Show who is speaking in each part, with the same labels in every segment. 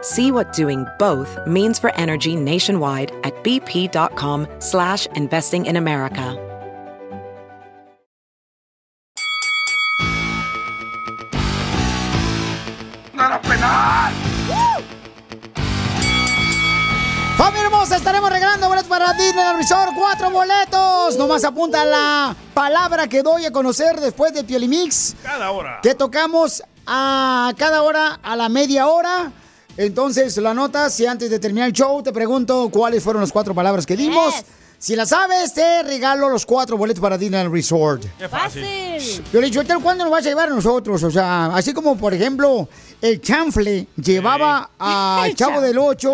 Speaker 1: See what doing both means for energy nationwide at bp.com slash investing in America.
Speaker 2: ¡Para penal!
Speaker 3: Familia hermosa, estaremos regalando boletos para Disneyland Resort, cuatro boletos. Nomás apunta la palabra que doy a conocer después de Piolimix.
Speaker 2: Cada hora.
Speaker 3: Que tocamos a cada hora, a la media hora. Entonces la notas y antes de terminar el show te pregunto cuáles fueron las cuatro palabras que dimos. Si las sabes, te regalo los cuatro boletos para Disneyland Resort.
Speaker 2: ¡Qué fácil!
Speaker 3: Piolín Sotelo, ¿cuándo nos vas a llevar a nosotros? O sea, así como, por ejemplo, el chanfle llevaba a
Speaker 4: El
Speaker 3: Chavo
Speaker 4: chanfle.
Speaker 3: del Ocho,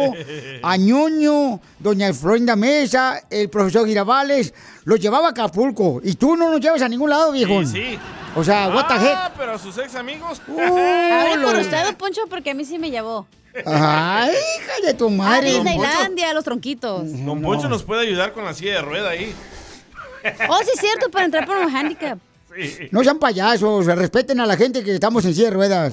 Speaker 3: a Ñoño, Doña Florinda Mesa, el profesor Girabales, los llevaba a Acapulco. Y tú no nos llevas a ningún lado, viejo.
Speaker 2: Sí, sí.
Speaker 3: O sea, what the
Speaker 2: ah,
Speaker 3: heck.
Speaker 2: pero a sus ex amigos.
Speaker 3: Hable
Speaker 4: Hable por
Speaker 3: lo-
Speaker 4: usted, don Poncho, porque a mí sí me llevó.
Speaker 3: Ay, hija de tu
Speaker 2: Ah,
Speaker 4: A
Speaker 3: madre.
Speaker 4: Disneylandia, a los tronquitos.
Speaker 2: Don Poncho nos puede ayudar con la silla de rueda ahí.
Speaker 4: Oh, sí, es cierto, para entrar por un handicap.
Speaker 2: Sí.
Speaker 3: No sean payasos, respeten a la gente que estamos en silla de ruedas.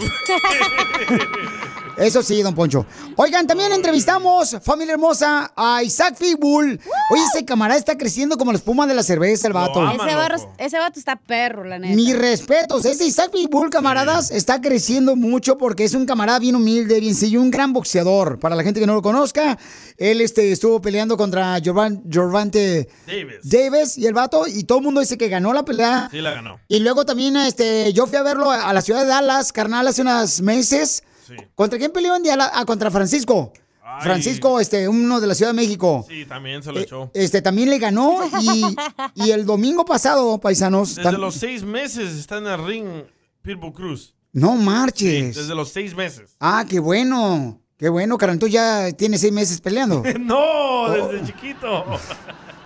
Speaker 3: Eso sí, don Poncho. Oigan, también entrevistamos, familia hermosa, a Isaac Fibul. Oye, ese camarada está creciendo como la espuma de la cerveza, el vato.
Speaker 2: ama.
Speaker 4: Ese, barro-
Speaker 2: loco.
Speaker 4: ese vato está perro, la neta.
Speaker 3: Mis respetos, ese Isaac Fibul, camaradas, está creciendo mucho porque es un camarada bien humilde, bien sencillo, un gran boxeador. Para la gente que no lo conozca, él este, estuvo peleando contra Jorvan- Jorvante
Speaker 2: Davis.
Speaker 3: Davis y el vato, y todo el mundo dice que ganó la pelea.
Speaker 2: Sí, la ganó.
Speaker 3: Y luego también, este, yo fui a verlo a a la ciudad de Dallas, carnal, hace unos meses.
Speaker 2: Sí.
Speaker 3: ¿Contra quién peleó en Dallas? Ah, contra Francisco.
Speaker 2: Ay.
Speaker 3: Francisco, este, uno de la Ciudad de México.
Speaker 2: Sí, también se lo
Speaker 3: Eh,
Speaker 2: echó.
Speaker 3: Este, también le ganó y, y el domingo pasado, paisanos.
Speaker 2: Desde
Speaker 3: tam-
Speaker 2: los seis meses está en el ring Pitbull Cruz.
Speaker 3: No marches.
Speaker 2: Desde los seis meses.
Speaker 3: Ah, qué bueno. Qué bueno, carnal, tú ya tienes seis meses peleando.
Speaker 2: No,
Speaker 3: Oh.
Speaker 2: desde chiquito.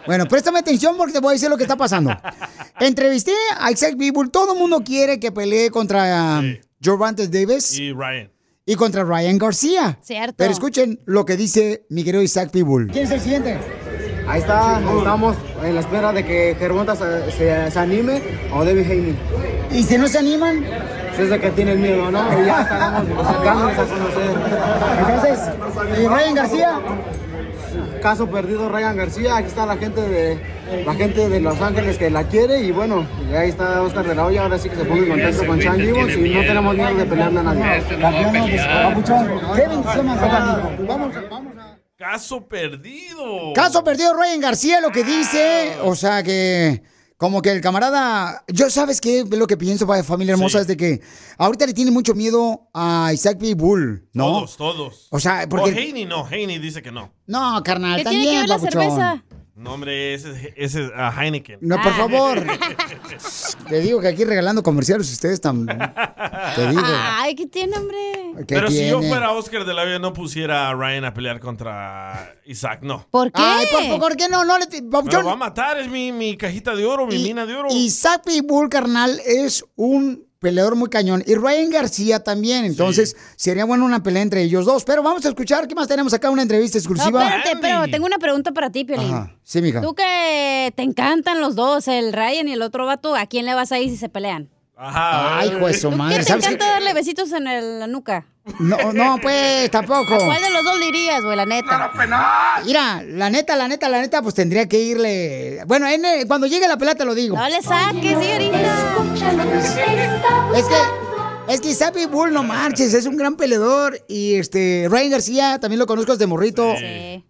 Speaker 3: Bueno, préstame atención porque te voy a decir lo que está pasando. Entrevisté a Isaac Bibul. Todo el mundo quiere que pelee contra um,
Speaker 2: Sí.
Speaker 3: Jorvantes Davis.
Speaker 2: Y Ryan.
Speaker 3: y contra Ryan García.
Speaker 4: Cierto.
Speaker 3: Pero escuchen lo que dice mi querido Isaac Pibul.
Speaker 5: ¿Quién es el siguiente? Ahí está, estamos en la espera de que Gervonta se, se- se anime o David Haney.
Speaker 3: ¿Y si no se animan?
Speaker 5: Si es de que tiene el miedo, ¿no? Y ya estaremos sacándonos a conocer.
Speaker 3: Entonces, ¿y Ryan García?
Speaker 5: Caso perdido Ryan García, aquí está la gente de la gente de Los Ángeles que la quiere y bueno, y ahí está Oscar de la Hoya, ahora sí que se pone en contacto con Chan Gibbons y no tenemos miedo de pelearle a nadie.
Speaker 3: Campeón Pues, ah, de Papuchón. Qué bendición más grande.
Speaker 5: Vamos, a- vamos a...
Speaker 2: Caso perdido.
Speaker 3: Caso perdido Ryan García, lo que dice, o sea que... Como que el camarada, yo sabes qué, lo que pienso para familia hermosa
Speaker 2: Sí.
Speaker 3: es de que ahorita le tiene mucho miedo a Isaac Pitbull, ¿no?
Speaker 2: Todos, todos.
Speaker 3: O sea,
Speaker 2: Porque...
Speaker 3: porque
Speaker 2: Haney Oh, no, Haney dice que no.
Speaker 3: no, carnal,
Speaker 4: ¿Qué tiene que
Speaker 3: también,
Speaker 4: ver la
Speaker 3: papuchón.
Speaker 4: cerveza?
Speaker 2: No, hombre, ese, es- ese es a Heineken.
Speaker 3: No, por
Speaker 4: Ah.
Speaker 3: favor. Te digo que aquí regalando comerciales ustedes tan. Te digo.
Speaker 4: Ay, ¿qué tiene, hombre?
Speaker 3: ¿qué
Speaker 2: Pero si yo
Speaker 3: tiene?
Speaker 2: fuera Oscar de la Hoya, no pusiera a Ryan a pelear contra Isaac, no.
Speaker 4: ¿Por qué?
Speaker 3: Ay, por favor, ¿por qué no? Oh, No le. te-
Speaker 2: Me
Speaker 3: Papuchón.
Speaker 2: lo va a matar, es mi, mi cajita de oro, mi
Speaker 3: Y-
Speaker 2: mina de oro.
Speaker 3: Y Zapi Bull, carnal, es un peleador muy cañón. Y Ryan García también. Entonces, sería bueno una pelea entre ellos dos. Pero vamos a escuchar qué más tenemos acá, una entrevista
Speaker 4: No,
Speaker 3: exclusiva.
Speaker 4: espérate, pero
Speaker 2: Andy.
Speaker 4: tengo una pregunta para ti, Piolín.
Speaker 3: Ajá. Sí, mija.
Speaker 4: Tú que te encantan los dos, el Ryan y el otro vato, ¿a quién le vas a ir si se pelean?
Speaker 2: Ajá.
Speaker 3: Ay, juez, su
Speaker 4: ¿Tú
Speaker 3: madre.
Speaker 4: qué te
Speaker 3: ¿Sabes qué?
Speaker 4: encanta darle besitos en el- la nuca?
Speaker 3: No, no, pues, tampoco.
Speaker 4: ¿Cuál de los dos le irías, güey, la neta?
Speaker 3: Mira, la neta, la neta, la neta, pues tendría que irle. Bueno, en el- cuando llegue la pelea te lo digo.
Speaker 4: No le saques, señorita.
Speaker 3: Es que Es que Isaac Bull, no marches, es un gran peleador. Y este, Ryan García, también lo conozco desde morrito.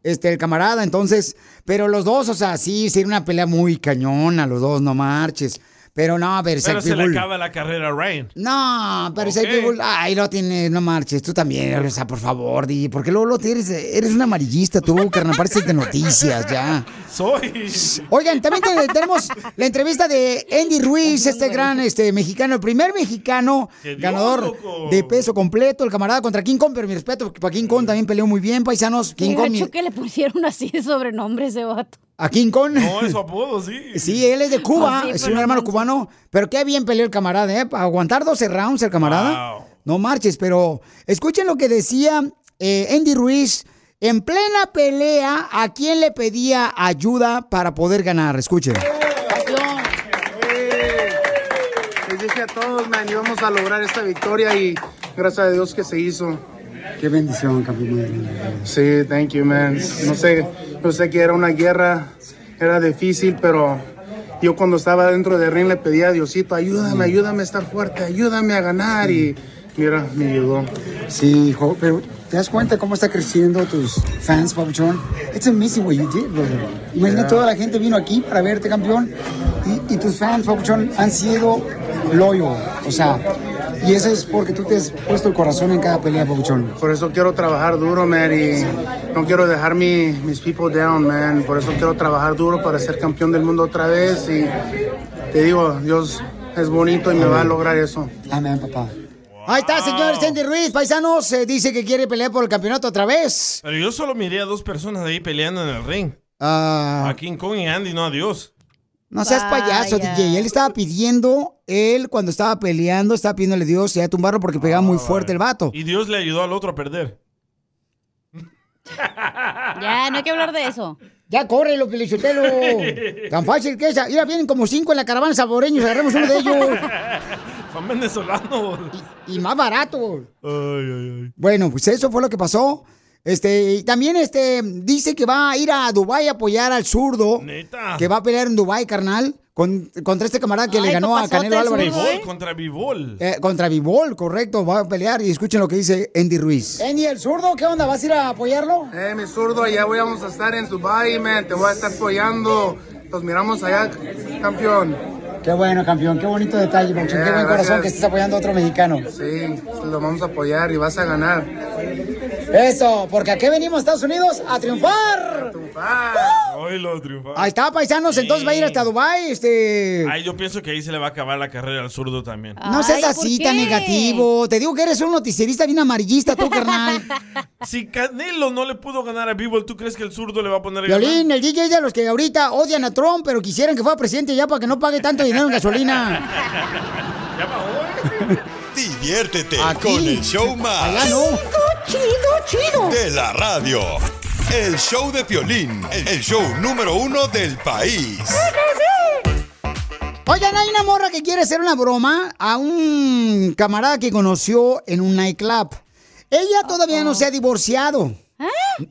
Speaker 3: Este, el camarada, entonces. Pero los dos, o sea, sí, sería una pelea muy cañona, los dos, no marches. Pero no, a ver,
Speaker 2: Pero
Speaker 3: Isaac
Speaker 2: se le
Speaker 3: Pitbull.
Speaker 2: acaba la carrera a Ryan.
Speaker 3: No, pero Isaac
Speaker 2: Ok.
Speaker 3: Pitbull, ay, no tiene, no marches, tú también, o sea, por favor, di, porque luego, luego tienes- eres un amarillista, tú, carnal, pareces de noticias, ya.
Speaker 2: Soy.
Speaker 3: Oigan, también te- tenemos la entrevista de Andy Ruiz, este gran este, mexicano, el primer mexicano
Speaker 6: Que dio,
Speaker 3: ganador
Speaker 6: loco.
Speaker 3: de peso completo, el camarada contra King Kong, pero mi respeto, porque para King Kong también peleó muy bien, paisanos. King
Speaker 4: Qué
Speaker 3: Kong, mi-
Speaker 4: gacho que le pusieron así de sobrenombre a ese vato.
Speaker 3: a King Kong.
Speaker 2: No, es su apodo, sí.
Speaker 3: Sí, él es de Cuba,
Speaker 4: Ah, sí,
Speaker 3: es
Speaker 4: pero
Speaker 3: un
Speaker 4: no
Speaker 3: hermano cubano, pero qué bien peleó el camarada, ¿eh? Para aguantar 12 rounds el camarada. No marches, pero escuchen lo que decía eh, Andy Ruiz en plena pelea a quien le pedía ayuda para poder ganar. Escuchen.
Speaker 7: Les dije a todos, man, íbamos a lograr esta victoria y gracias a Dios que se hizo.
Speaker 8: Qué bendición, campeón.
Speaker 7: Sí, thank you, man. No sé, no sé que era una guerra, era difícil, pero yo cuando estaba dentro del ring le pedía a Diosito, ayúdame, ayúdame a estar fuerte, ayúdame a ganar y mira, me ayudó.
Speaker 8: Sí, hijo, pero ¿te das cuenta cómo está creciendo tus fans, Pabuchón? It's amazing what you did, brother. Imagina
Speaker 7: Yeah.
Speaker 8: toda la gente vino aquí para verte, campeón. Y, y tus fans, Pabuchón, han sido loyal. O sea, y eso es porque tú te has puesto el corazón en cada pelea, Pabuchón.
Speaker 7: Por eso quiero trabajar duro, man, y no quiero dejar mi- mis people down, man. Por eso quiero trabajar duro para ser campeón del mundo otra vez y te digo, Dios es bonito y me va a lograr eso.
Speaker 8: Amén, papá.
Speaker 3: Ahí está, señor Sandy Ruiz, paisanos, eh, dice que quiere pelear por el campeonato otra vez.
Speaker 2: Pero yo solo miré a dos personas ahí peleando en el ring.
Speaker 3: Ah,
Speaker 2: A King Kong y Andy, no a Dios.
Speaker 3: no seas payaso, DJ. Él estaba pidiendo, él cuando estaba peleando, estaba pidiéndole a Dios ya tumbarlo porque pegaba muy fuerte el vato.
Speaker 2: Y Dios le ayudó al otro a perder.
Speaker 4: Ya, no hay que hablar de eso.
Speaker 3: Ya corre lo Tan fácil que es. Mira, vienen como cinco en la caravana saboreños, agarramos uno de ellos.
Speaker 2: Son venezolanos.
Speaker 3: Y más barato.
Speaker 2: Ay, ay, ay.
Speaker 3: Bueno, pues eso fue lo que pasó. Este, y también este dice que va a ir a Dubai a apoyar al zurdo.
Speaker 2: Neta.
Speaker 3: Que va a pelear en Dubai, carnal. con- contra este camarada que le
Speaker 2: Ay,
Speaker 3: ganó a
Speaker 2: papazote
Speaker 3: Canelo
Speaker 2: el
Speaker 3: Álvarez.
Speaker 2: Bivol contra Bivol.
Speaker 3: Eh, contra Vivol, correcto, va a pelear y escuchen lo que dice Andy Ruiz.
Speaker 8: Andy, el zurdo, ¿qué onda? ¿Vas a ir a apoyarlo?
Speaker 7: Eh, mi zurdo, allá voy- vamos a estar en Dubai, man. Te voy a estar apoyando. Nos miramos allá, campeón.
Speaker 8: Qué bueno, campeón. Qué bonito detalle, Pabuchón. Qué
Speaker 2: Ah,
Speaker 7: Yeah,
Speaker 8: buen
Speaker 7: gracias.
Speaker 8: corazón que estés apoyando a otro mexicano.
Speaker 7: Sí, lo vamos a apoyar y vas a ganar.
Speaker 8: Eso, porque aquí venimos a Estados Unidos a triunfar.
Speaker 2: Hoy lo triunfaron.
Speaker 3: Ahí está, paisanos, entonces va a ir hasta Dubai, este...
Speaker 2: Ay, yo pienso que ahí se le va a acabar la carrera al zurdo también.
Speaker 3: No seas así tan negativo. Te digo que eres un noticierista bien amarillista, tú, carnal.
Speaker 2: Si Canelo no le pudo ganar a Bivol, ¿tú crees que el zurdo le va a poner a
Speaker 3: Violín, el DJ es de los que ahorita odian a Trump, pero quisieran que fuera presidente ya para que no pague tanto dinero en gasolina.
Speaker 9: Diviértete con el show más.
Speaker 3: Allá no.
Speaker 9: Chido, chido, De la radio. El show de Piolín, el show número uno del país.
Speaker 3: Oigan, hay una morra que quiere hacer una broma a un camarada que conoció en un nightclub. Ella todavía no se ha divorciado.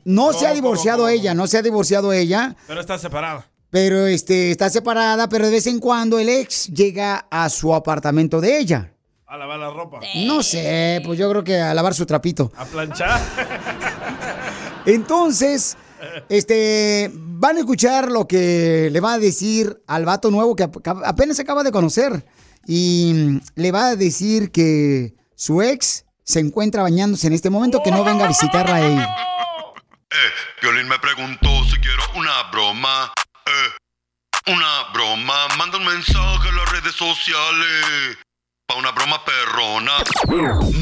Speaker 3: No se ha divorciado ella, no se ha divorciado ella,
Speaker 2: Pero está separada.
Speaker 3: pero este está separada, pero de vez en cuando el ex llega a su apartamento de ella.
Speaker 2: A lavar la ropa.
Speaker 3: No sé, pues yo creo que a lavar su trapito.
Speaker 2: A planchar.
Speaker 3: Entonces, este, van a escuchar lo que le va a decir al vato nuevo que ap- apenas se acaba de conocer. Y mm, le va a decir que su ex se encuentra bañándose en este momento, que no venga a visitarla a ella.
Speaker 10: Violín me preguntó si quiero una broma. Eh, una broma. Manda un mensaje a las redes sociales. Pa' una broma perrona.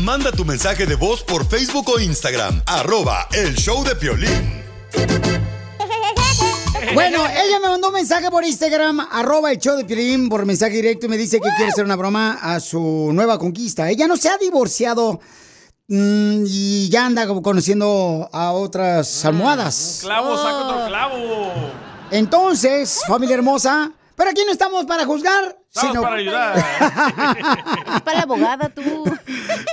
Speaker 9: Manda tu mensaje de voz por Facebook o Instagram. Arroba el show de Piolín.
Speaker 3: Bueno, ella me mandó un mensaje por Instagram, arroba el show de Piolín, por mensaje directo y me dice que quiere hacer una broma a su nueva conquista. Ella no se ha divorciado mm, y ya anda como conociendo a otras almohadas.
Speaker 2: Clavo, saca
Speaker 8: Oh.
Speaker 2: otro clavo.
Speaker 3: Entonces, familia hermosa, pero aquí no estamos para juzgar,
Speaker 2: Estamos
Speaker 3: sino
Speaker 2: para ayudar.
Speaker 3: para la abogada tú.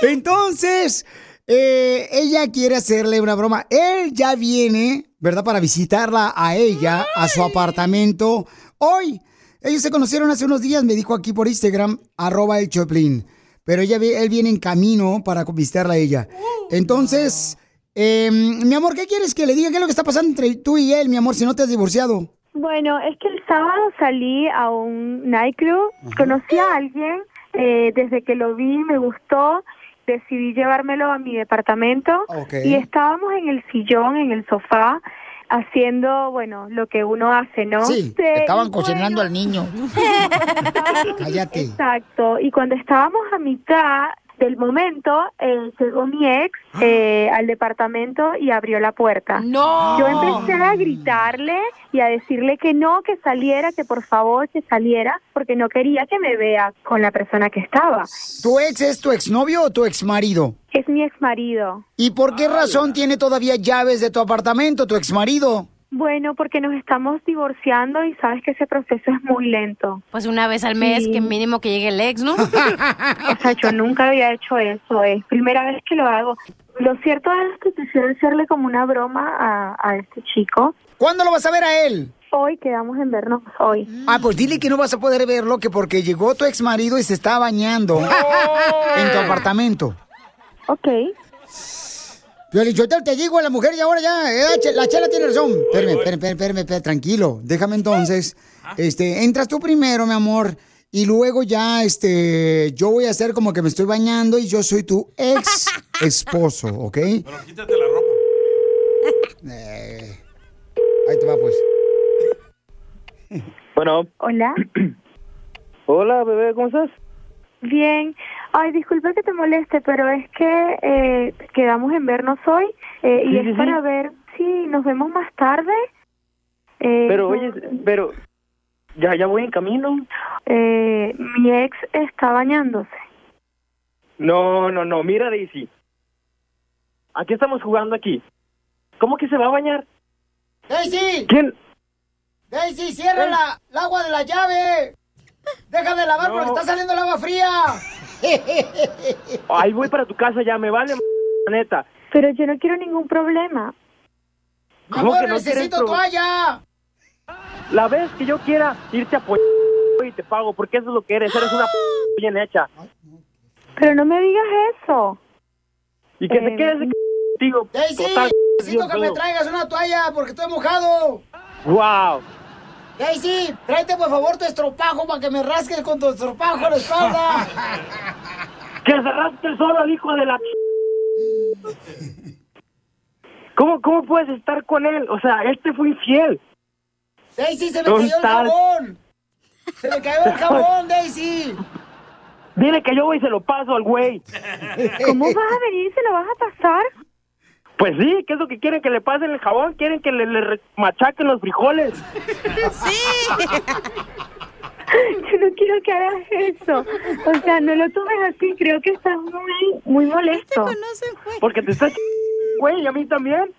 Speaker 3: Entonces, eh, ella quiere hacerle una broma. Él ya viene, ¿verdad? Para visitarla a ella, a su apartamento, hoy. Ellos se conocieron hace unos días, me dijo aquí por Instagram, arroba el Choplin. pero ella, vi- él viene en camino para visitarla a ella. Entonces, eh, mi amor, ¿qué quieres que le diga? ¿Qué es lo que está pasando entre tú y él, mi amor, si no te has divorciado?
Speaker 11: Bueno, es que el sábado salí a un nightclub, conocí a alguien, eh, desde que lo vi me gustó, decidí llevármelo a mi departamento
Speaker 3: Ah,
Speaker 12: Ok.
Speaker 11: y estábamos en el sillón, en el sofá, haciendo, bueno, lo que uno hace, ¿no?
Speaker 3: Sí,
Speaker 11: Eh,
Speaker 3: estaban
Speaker 11: y
Speaker 3: cocinando al niño. Cállate.
Speaker 11: Exacto. Y cuando estábamos a mitad del momento, eh, llegó mi ex eh, al departamento y abrió la puerta.
Speaker 13: No.
Speaker 11: Yo empecé a gritarle y a decirle que no, que saliera, que por favor que saliera, porque no quería que me vea con la persona que estaba.
Speaker 3: ¿Tu ex es tu exnovio o tu exmarido?
Speaker 11: Es mi exmarido.
Speaker 3: ¿Y por qué razón tiene todavía llaves de tu apartamento, tu exmarido?
Speaker 11: Bueno, porque nos estamos divorciando y sabes que ese proceso es muy lento.
Speaker 13: Pues una vez al mes, que mínimo que llegue el ex, ¿no?
Speaker 11: O sea, yo nunca había hecho eso, es primera vez que lo hago. Lo cierto es que quisiera hacerle como una broma a, a este chico.
Speaker 3: ¿Cuándo lo vas a ver a él?
Speaker 11: Hoy quedamos en vernos, hoy.
Speaker 3: Ah, pues dile que no vas a poder verlo, que porque llegó tu exmarido y se está bañando en tu apartamento.
Speaker 11: Ok.
Speaker 3: Piolichotel, te digo a la mujer y ahora ya, eh, che- la chela tiene razón. Espérame, espérame, espérame, espérame, espérame, tranquilo. Déjame entonces. Este, entras tú primero, mi amor, y luego ya, este, yo voy a hacer como que me estoy bañando y yo soy tu ex esposo, ¿ok? Pero
Speaker 2: quítate la ropa.
Speaker 3: Eh, Ahí te va, pues.
Speaker 14: Bueno,
Speaker 11: Hola.
Speaker 14: hola bebé, ¿cómo estás?
Speaker 11: Bien. Ay, disculpa que te moleste, pero es que eh, quedamos en vernos hoy eh, y
Speaker 14: Sí,
Speaker 11: es
Speaker 14: sí, sí.
Speaker 11: para ver si nos vemos más tarde. Eh,
Speaker 14: pero
Speaker 11: no-
Speaker 14: oye, pero ya ya voy en camino.
Speaker 11: Eh, mi ex está bañándose.
Speaker 14: No, no, no, mira Daisy. Aquí estamos jugando aquí. ¿Cómo que se va a bañar?
Speaker 3: ¡Daisy!
Speaker 14: ¿Quién?
Speaker 3: ¡Daisy, cierra
Speaker 14: Eh.
Speaker 3: la- el agua de la llave! ¡Deja de lavar porque está saliendo el agua fría!
Speaker 14: Ahí voy para tu casa ya, me vale m- neta.
Speaker 11: Pero yo no quiero ningún problema.
Speaker 14: ¿Cómo que no quieres probar?
Speaker 3: toalla!
Speaker 14: La vez que yo quiera irte a apoyar y te pago, porque eso es lo que eres, eres una p- bien hecha.
Speaker 11: Pero no me digas eso.
Speaker 14: Y que te
Speaker 11: Eh,
Speaker 14: quedes contigo.
Speaker 3: ¡Daisy! Necesito que me traigas una toalla porque estoy mojado.
Speaker 14: Wow.
Speaker 3: ¡Daisy! Tráete por favor tu estropajo para que me rasques con tu estropajo en la espalda.
Speaker 14: Que cerraste solo al hijo de la ch- ¿Cómo, ¿Cómo puedes estar con él? O sea, él te fue infiel.
Speaker 3: ¡Daisy, se
Speaker 14: ¿Dónde
Speaker 3: me cayó el
Speaker 14: estás?
Speaker 3: jabón! ¡Se me cayó el jabón, Daisy!
Speaker 14: Dile que yo voy y se lo paso al güey.
Speaker 11: ¿Cómo vas a venir y se lo vas a pasar?
Speaker 14: Pues sí, ¿qué es lo que quieren? ¿Que le pasen el jabón? ¿Quieren que le, le re- machaquen los frijoles?
Speaker 11: Sí. Yo no quiero que hagas eso. O sea, no lo tomes así. Creo que estás muy, muy molesto.
Speaker 14: Porque te estás... ch- Güey, ¿y a mí también?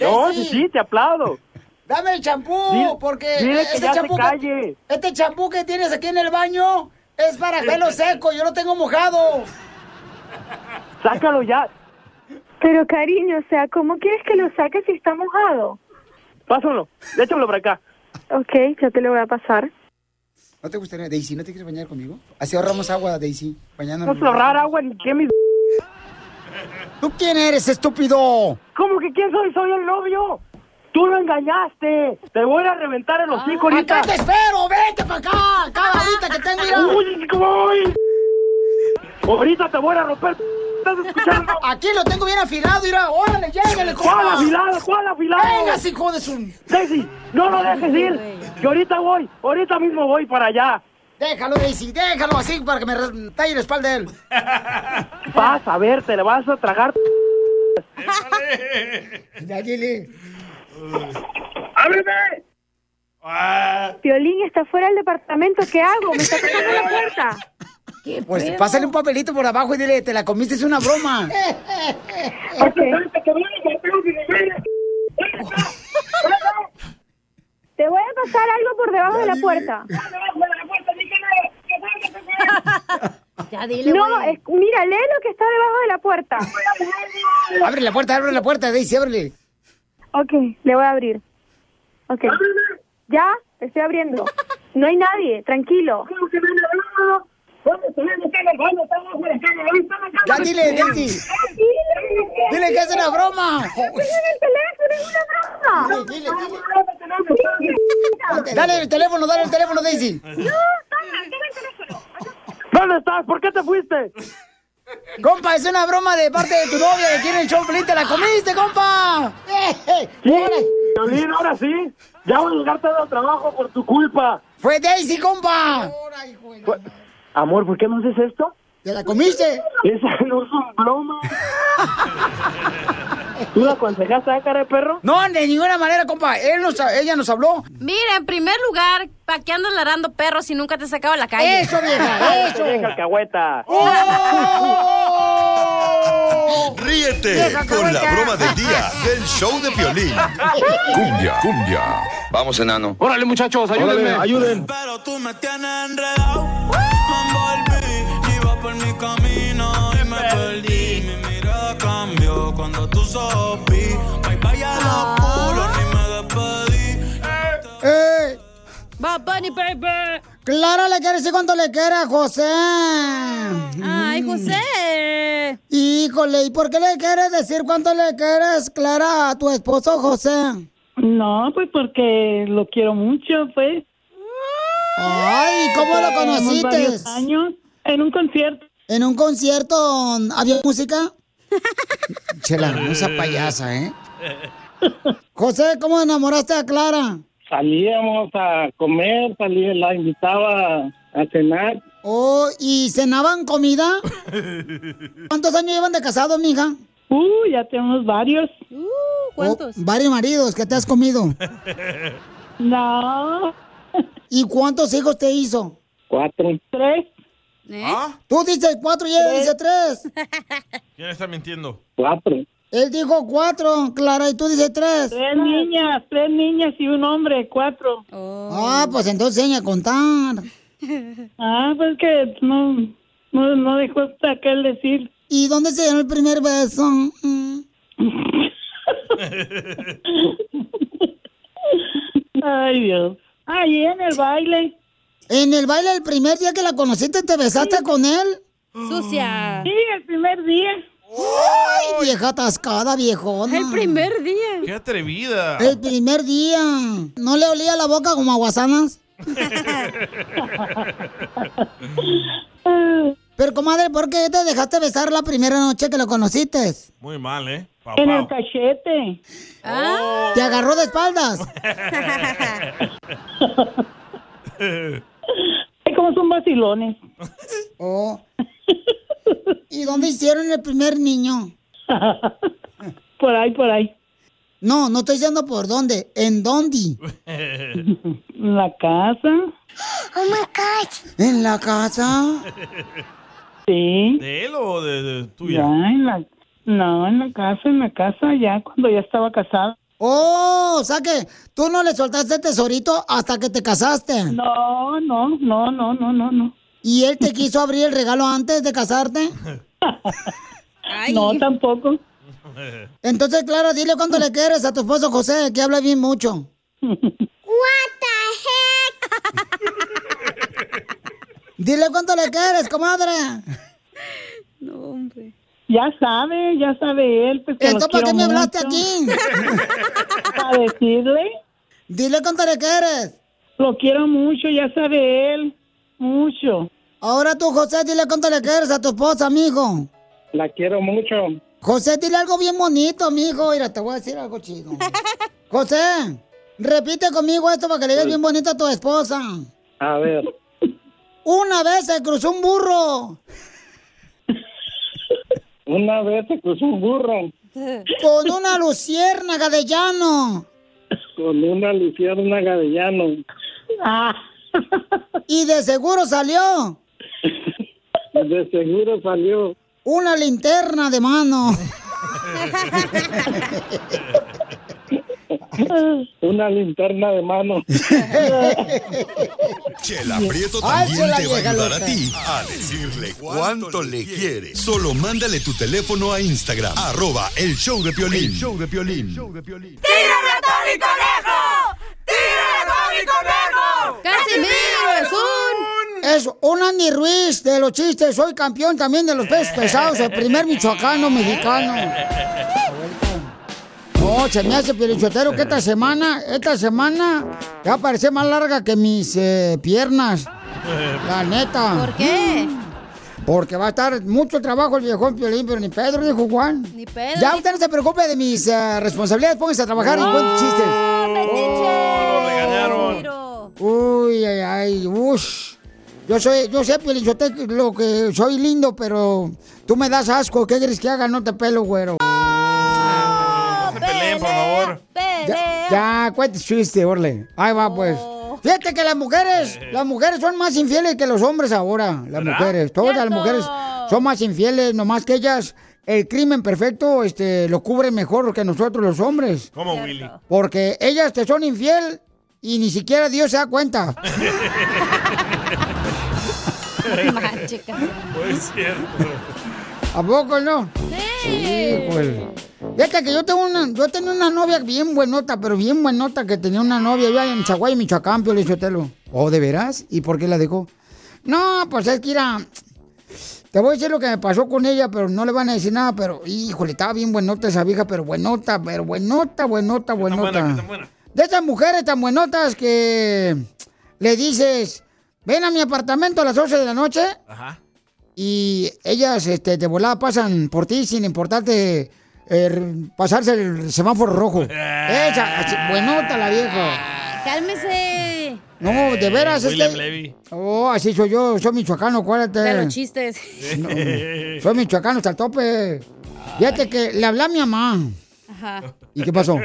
Speaker 14: No, sí, sí, te aplaudo.
Speaker 3: Dame el champú,
Speaker 14: Dile-
Speaker 3: porque
Speaker 14: dile que ya se
Speaker 3: champú
Speaker 14: calle.
Speaker 3: este champú que tienes aquí en el baño es para pelo seco, yo lo tengo mojado.
Speaker 14: Sácalo ya.
Speaker 11: Pero cariño, o sea, ¿cómo quieres que lo saques si está mojado?
Speaker 14: Pásamelo, échamelo para acá.
Speaker 11: Ok, ya te lo voy a pasar.
Speaker 3: ¿No te gustaría, Daisy, no te quieres bañar conmigo? Así ahorramos agua, Daisy, bañándonos.
Speaker 14: No se ahorrar agua ni qué mis...
Speaker 3: ¿Tú quién eres, estúpido?
Speaker 14: ¿Cómo que quién soy? Soy el novio. Tú lo engañaste. Te voy a reventar en los hocico ahorita.
Speaker 3: ¡Acá te espero! ¡Vete para acá! ¡Acá ahorita que tengo mira.
Speaker 14: Uy, voy. Ahorita te voy a romper. ¿Estás escuchando?
Speaker 3: Aquí lo tengo bien afilado, mira. ¡Órale, llégale,
Speaker 14: ¿Cuál afilado? ¿Cuál afilado?
Speaker 3: ¡Venga, hijo de su...
Speaker 14: Daisy, no lo dejes ir. Que ahorita voy. Ahorita mismo voy para allá.
Speaker 3: Déjalo, Daisy, déjalo así para que me re- talle la espalda de él.
Speaker 14: Vas a ver, te le vas a tragar.
Speaker 3: Ya, dile.
Speaker 14: ¡Ábreme!
Speaker 3: ¡Ah!
Speaker 11: Violín está fuera del departamento.
Speaker 14: Pues,
Speaker 11: ¿Qué hago? Me está tocando la puerta.
Speaker 3: Pues pásale un papelito por abajo y dile, te la comiste, es una broma.
Speaker 11: Te voy a pasar algo por debajo de la puerta.
Speaker 13: dile,
Speaker 11: no,
Speaker 13: güey.
Speaker 11: es, mira, lee lo que está debajo de la puerta.
Speaker 3: Abre la puerta, abre la puerta, Daisy, ábrele.
Speaker 11: Ok, le voy a abrir. Ok. Ya, te estoy abriendo. No hay nadie, tranquilo.
Speaker 8: Ya dile, Daisy. Dile que es una broma.
Speaker 11: teléfono,
Speaker 8: es una broma. Dale el teléfono, dale el teléfono, Daisy.
Speaker 14: ¿Dónde estás? ¿Por qué te fuiste?
Speaker 8: Compa, es una broma de parte de tu novia que tiene el show, Pelín, te la comiste, compa. Eh, eh,
Speaker 14: Sí, Violín, ahora sí. Ya voy a llegar tarde al trabajo por tu culpa.
Speaker 8: Fue Daisy, compa.
Speaker 14: Fue- Amor, ¿por qué no haces esto?
Speaker 8: ¿Te la comiste?
Speaker 14: Esa no es un ploma. ¿Tú la aconsejaste a cara de perro?
Speaker 8: No, de ninguna manera, compa. Él nos, ella nos habló.
Speaker 4: Mira, en primer lugar, ¿para qué andas larando perros si nunca te has sacado a la calle?
Speaker 8: ¡Eso,
Speaker 14: ¡Ah, esa vieja alcahueta!
Speaker 4: Oh.
Speaker 10: Ríete
Speaker 4: Vieja
Speaker 10: con la
Speaker 4: cahueca.
Speaker 10: broma del día del show de violín.
Speaker 3: Cumbia, cumbia. Vamos, enano.
Speaker 10: Órale, muchachos,
Speaker 3: ayúdenme.
Speaker 10: ayuden.
Speaker 9: Pero tú me tienes enredado. Me envolví, iba por mi camino y me perdí. Mi mirada cambió cuando tú ojos vi. Bye bye a los pulos, ni me despedí.
Speaker 8: Eh. Clara le quiere decir cuánto le quiere a José. Ay, José. Híjole, ¿y por qué le quieres decir cuánto le quieres, Clara, a tu esposo José?
Speaker 7: No, pues porque lo quiero mucho, pues.
Speaker 8: Ay, ¿cómo lo
Speaker 7: Llevamos varios
Speaker 8: conociste?
Speaker 7: años en un concierto.
Speaker 8: ¿En un concierto había música? Chela, no esa payasa, ¿eh? José, ¿cómo enamoraste a Clara?
Speaker 15: Salíamos a comer, salía, la invitaba a cenar.
Speaker 8: Oh, ¿y cenaban comida? ¿Cuántos años llevan de casados, mija?
Speaker 7: Uh, ya tenemos varios. Uh,
Speaker 8: ¿cuántos? Oh, varios maridos que te has comido.
Speaker 7: No.
Speaker 8: ¿Y cuántos hijos te hizo?
Speaker 15: Cuatro.
Speaker 7: Tres.
Speaker 8: Tú dices cuatro y él dice tres.
Speaker 2: ¿Quién está mintiendo?
Speaker 15: Cuatro.
Speaker 8: Él dijo cuatro, Clara, y tú dices tres.
Speaker 7: Tres niñas, tres niñas y un hombre, cuatro.
Speaker 8: Ah, pues entonces enseña a contar.
Speaker 7: Ah, pues que no, no, no dejó hasta aquel decir.
Speaker 8: ¿Y dónde se dio el primer beso? Mm.
Speaker 7: Ay, Dios.
Speaker 8: Ahí en el baile. ¿En el baile el primer día que la conociste te besaste con él?
Speaker 16: Sucia.
Speaker 8: Sí, el primer día. ¡Ay, vieja atascada, viejona! El primer día.
Speaker 2: ¡Qué atrevida!
Speaker 8: El primer día. ¿No le olía la boca como a guasanas? Pero, comadre, ¿por qué te dejaste besar la primera noche que lo conociste?
Speaker 2: Muy mal, ¿eh? Pau,
Speaker 8: En el
Speaker 2: pau.
Speaker 8: cachete. Te agarró de espaldas.
Speaker 7: Ay, como son vacilones.
Speaker 8: Oh. ¿Y dónde hicieron el primer niño?
Speaker 7: Por ahí, por ahí.
Speaker 8: No, no estoy diciendo por dónde. ¿En dónde?
Speaker 7: En la casa.
Speaker 8: Oh my God. ¿En la casa?
Speaker 7: Sí.
Speaker 2: ¿De él o de, de tuya?
Speaker 7: Ya, en la, no, en la casa, en la casa, ya cuando ya estaba casada.
Speaker 8: Oh, o sea que tú no le soltaste tesorito hasta que te casaste.
Speaker 7: No, no, no, no, no, no, no.
Speaker 8: ¿Y él te quiso abrir el regalo antes de casarte?
Speaker 7: No, tampoco.
Speaker 8: Entonces, Clara, dile cuánto le quieres a tu esposo José, que habla bien mucho. Dile cuánto le quieres, comadre.
Speaker 7: No, hombre. Ya sabe, ya sabe él. Pues, que
Speaker 8: ¿Entonces
Speaker 7: lo
Speaker 8: para qué
Speaker 7: quiero
Speaker 8: me hablaste
Speaker 7: mucho.
Speaker 8: aquí?
Speaker 7: Para decirle.
Speaker 8: Dile cuánto le quieres.
Speaker 7: Lo quiero mucho, ya sabe él. Mucho.
Speaker 8: Ahora tú, José, dile cuánto le quieres a tu esposa, amigo.
Speaker 15: La quiero mucho.
Speaker 8: José, dile algo bien bonito, amigo. Mira, te voy a decir algo chido. José, repite conmigo esto para que le
Speaker 7: Pues.
Speaker 8: digas bien bonito a tu esposa.
Speaker 15: A ver,
Speaker 8: Una vez se cruzó un burro
Speaker 15: una vez se cruzó un burro
Speaker 8: con una luciérnaga de llano
Speaker 15: con una luciérnaga de llano.
Speaker 7: Ah.
Speaker 8: y de seguro salió
Speaker 15: De seguro salió
Speaker 8: una linterna de mano.
Speaker 15: una linterna de mano.
Speaker 10: Chela Prieto
Speaker 15: Ay,
Speaker 10: también
Speaker 15: Chela,
Speaker 10: te va a
Speaker 15: vieja
Speaker 10: ayudar a
Speaker 15: loca.
Speaker 10: ti a decirle cuánto le quiere. Solo mándale tu teléfono a Instagram, arroba el show de Piolín. show de Piolín.
Speaker 9: ¡Tírame a Tony Conejo! ¡Tírame a Tony Conejo!
Speaker 8: ¡Casimiro es un
Speaker 3: Es un Andy Ruiz de los chistes. Soy campeón también de los pesos pesados. El primer michoacano Ah, mexicano. No, Oh, se me hace pirichotero que esta semana, esta semana va a parecer más larga que mis eh, piernas. La neta.
Speaker 4: ¿Por qué?
Speaker 3: Porque va a estar mucho trabajo el viejón Piolín, pero ni Pedro dijo Juan.
Speaker 4: Ni pedo.
Speaker 3: Ya usted no se preocupe de mis eh, responsabilidades, póngase a trabajar y cuente chistes.
Speaker 8: Oh,
Speaker 3: Uy, ay, ay, ush. Yo soy, yo sé, Piolín, yo te- lo que soy lindo, pero tú me das asco. ¿Qué quieres que haga? No te pelo, güero.
Speaker 2: Ah, No se peleen, por favor.
Speaker 3: Ya, ya cuente chiste, Orle. Ahí va, pues. Fíjate que las mujeres,
Speaker 2: Eh.
Speaker 3: las mujeres son más infieles que los hombres ahora. Las
Speaker 9: ¿Verdad?
Speaker 3: mujeres, todas las mujeres son más infieles, nomás que ellas, el crimen perfecto, este, lo cubre mejor que nosotros los hombres.
Speaker 2: ¿Cómo, Willy?
Speaker 3: Porque ellas te son infiel y ni siquiera Dios se da cuenta.
Speaker 2: Pues cierto.
Speaker 3: ¿A poco no? Sí. Híjole. Fíjate que yo tengo una, yo tenía una novia bien buenota, pero bien buenota que tenía una novia allá en Chaguay, Michoacán, Pio Lichotelo. ¿Oh, de veras? ¿Y por qué la dejó? No, pues es que era. Te voy a decir lo que me pasó con ella, pero no le van a decir nada, pero híjole, estaba bien buenota esa vieja, pero buenota, pero buenota, buenota, buenota.
Speaker 9: buena, qué tan buena?
Speaker 3: De esas mujeres tan buenotas que le dices, ven a mi apartamento a las 12 de la noche
Speaker 2: Ajá.
Speaker 3: y ellas este, de volada pasan por ti sin importarte eh, pasarse el semáforo rojo. Esa, así, buenota la vieja.
Speaker 4: Cálmese.
Speaker 3: No, de veras, es
Speaker 4: William
Speaker 3: que... Oh, así soy yo, soy michoacano, acuérdate.
Speaker 4: De los chistes.
Speaker 3: No, soy michoacano hasta el tope. Fíjate que le hablé a mi mamá
Speaker 4: Ajá.
Speaker 3: ¿Y qué pasó?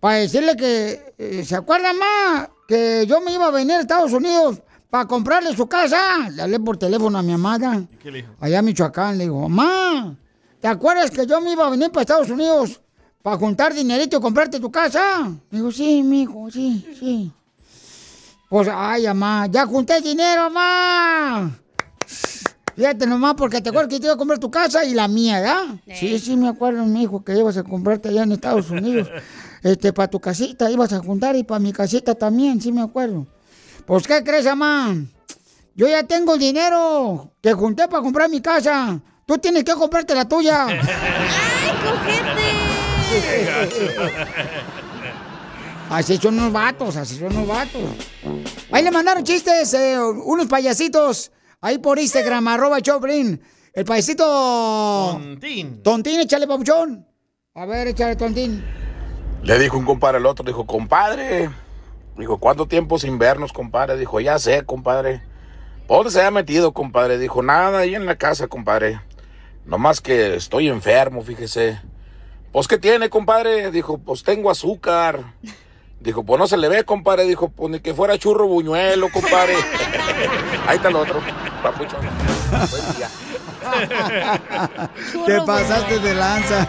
Speaker 3: para decirle que, eh, ¿se acuerda más? Que yo me iba a venir a Estados Unidos para comprarle su casa. Le hablé por teléfono a mi amada.
Speaker 2: ¿Qué le dijo?
Speaker 3: Allá en Michoacán le digo, mamá, ¿te acuerdas que yo me iba a venir para Estados Unidos para juntar dinerito y comprarte tu casa? Me dijo, sí, mijo, sí, sí. Pues, ay, mamá, ya junté dinero, mamá. Fíjate nomás, porque te acuerdas que te iba a comprar tu casa y la mía, ¿verdad? "¿Ah?" Sí, sí, me acuerdo, mi hijo, que ibas a comprarte allá en Estados Unidos. Este, para tu casita ibas a juntar y para mi casita también, sí me acuerdo. Pues, ¿qué crees, mamá? Yo ya tengo el dinero que junté para comprar mi casa. Tú tienes que comprarte la tuya.
Speaker 9: ¡Qué
Speaker 3: Así son los vatos, así son los vatos. Ahí le mandaron chistes, eh, unos payasitos, ahí por Instagram, arroba Choplin. El payasito...
Speaker 2: Tontín.
Speaker 3: Tontín, échale papuchón. A ver, échale tontín.
Speaker 17: Le dijo un compadre al otro, dijo, compadre, dijo, ¿cuánto tiempo sin vernos, compadre? Dijo, ya sé, compadre. "¿Por ¿Dónde se ha metido, compadre? Dijo, nada, ahí en la casa, compadre. Nomás que estoy enfermo, fíjese. Pues, ¿qué tiene, compadre? Dijo, pues tengo azúcar. Dijo, pues no se le ve, compadre. Dijo, pues ni que fuera churro buñuelo, compadre. Ahí está el otro, papucho. Buen día.
Speaker 3: Te pasaste de lanza.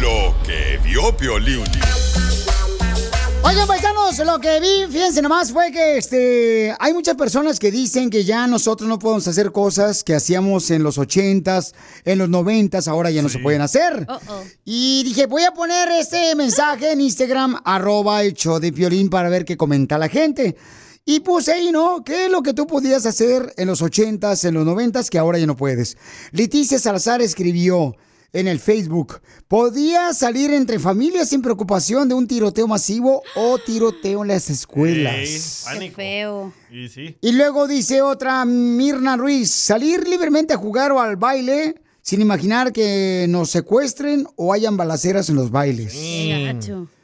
Speaker 10: Lo que vio Piolín.
Speaker 3: Oigan, paisanos, lo que vi, fíjense nomás, fue que este, hay muchas personas que dicen que ya nosotros no podemos hacer cosas que hacíamos en los 80s, en los 90s, ahora ya no se pueden hacer. Y dije, voy a poner este mensaje en Instagram, arroba el show de Piolín, para ver qué comenta la gente. Y puse ahí, ¿no? ¿Qué es lo que tú podías hacer en los 80s, en los 90s, que ahora ya no puedes? Leticia Salazar escribió en el Facebook, ¿podía salir entre familias sin preocupación de un tiroteo masivo o tiroteo en las escuelas?
Speaker 2: Sí, pánico.
Speaker 4: feo.
Speaker 2: Y sí.
Speaker 3: Y luego dice otra Mirna Ruiz, salir libremente a jugar o al baile sin imaginar que nos secuestren o hayan balaceras en los bailes.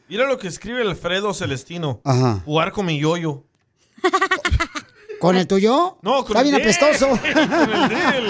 Speaker 2: Mira lo que escribe Alfredo Celestino.
Speaker 3: Ajá.
Speaker 2: Jugar con mi yoyo.
Speaker 3: ¿Con el tuyo?
Speaker 2: No, con
Speaker 3: Está
Speaker 2: el
Speaker 3: bien
Speaker 2: de él,
Speaker 3: apestoso.
Speaker 2: con el de él.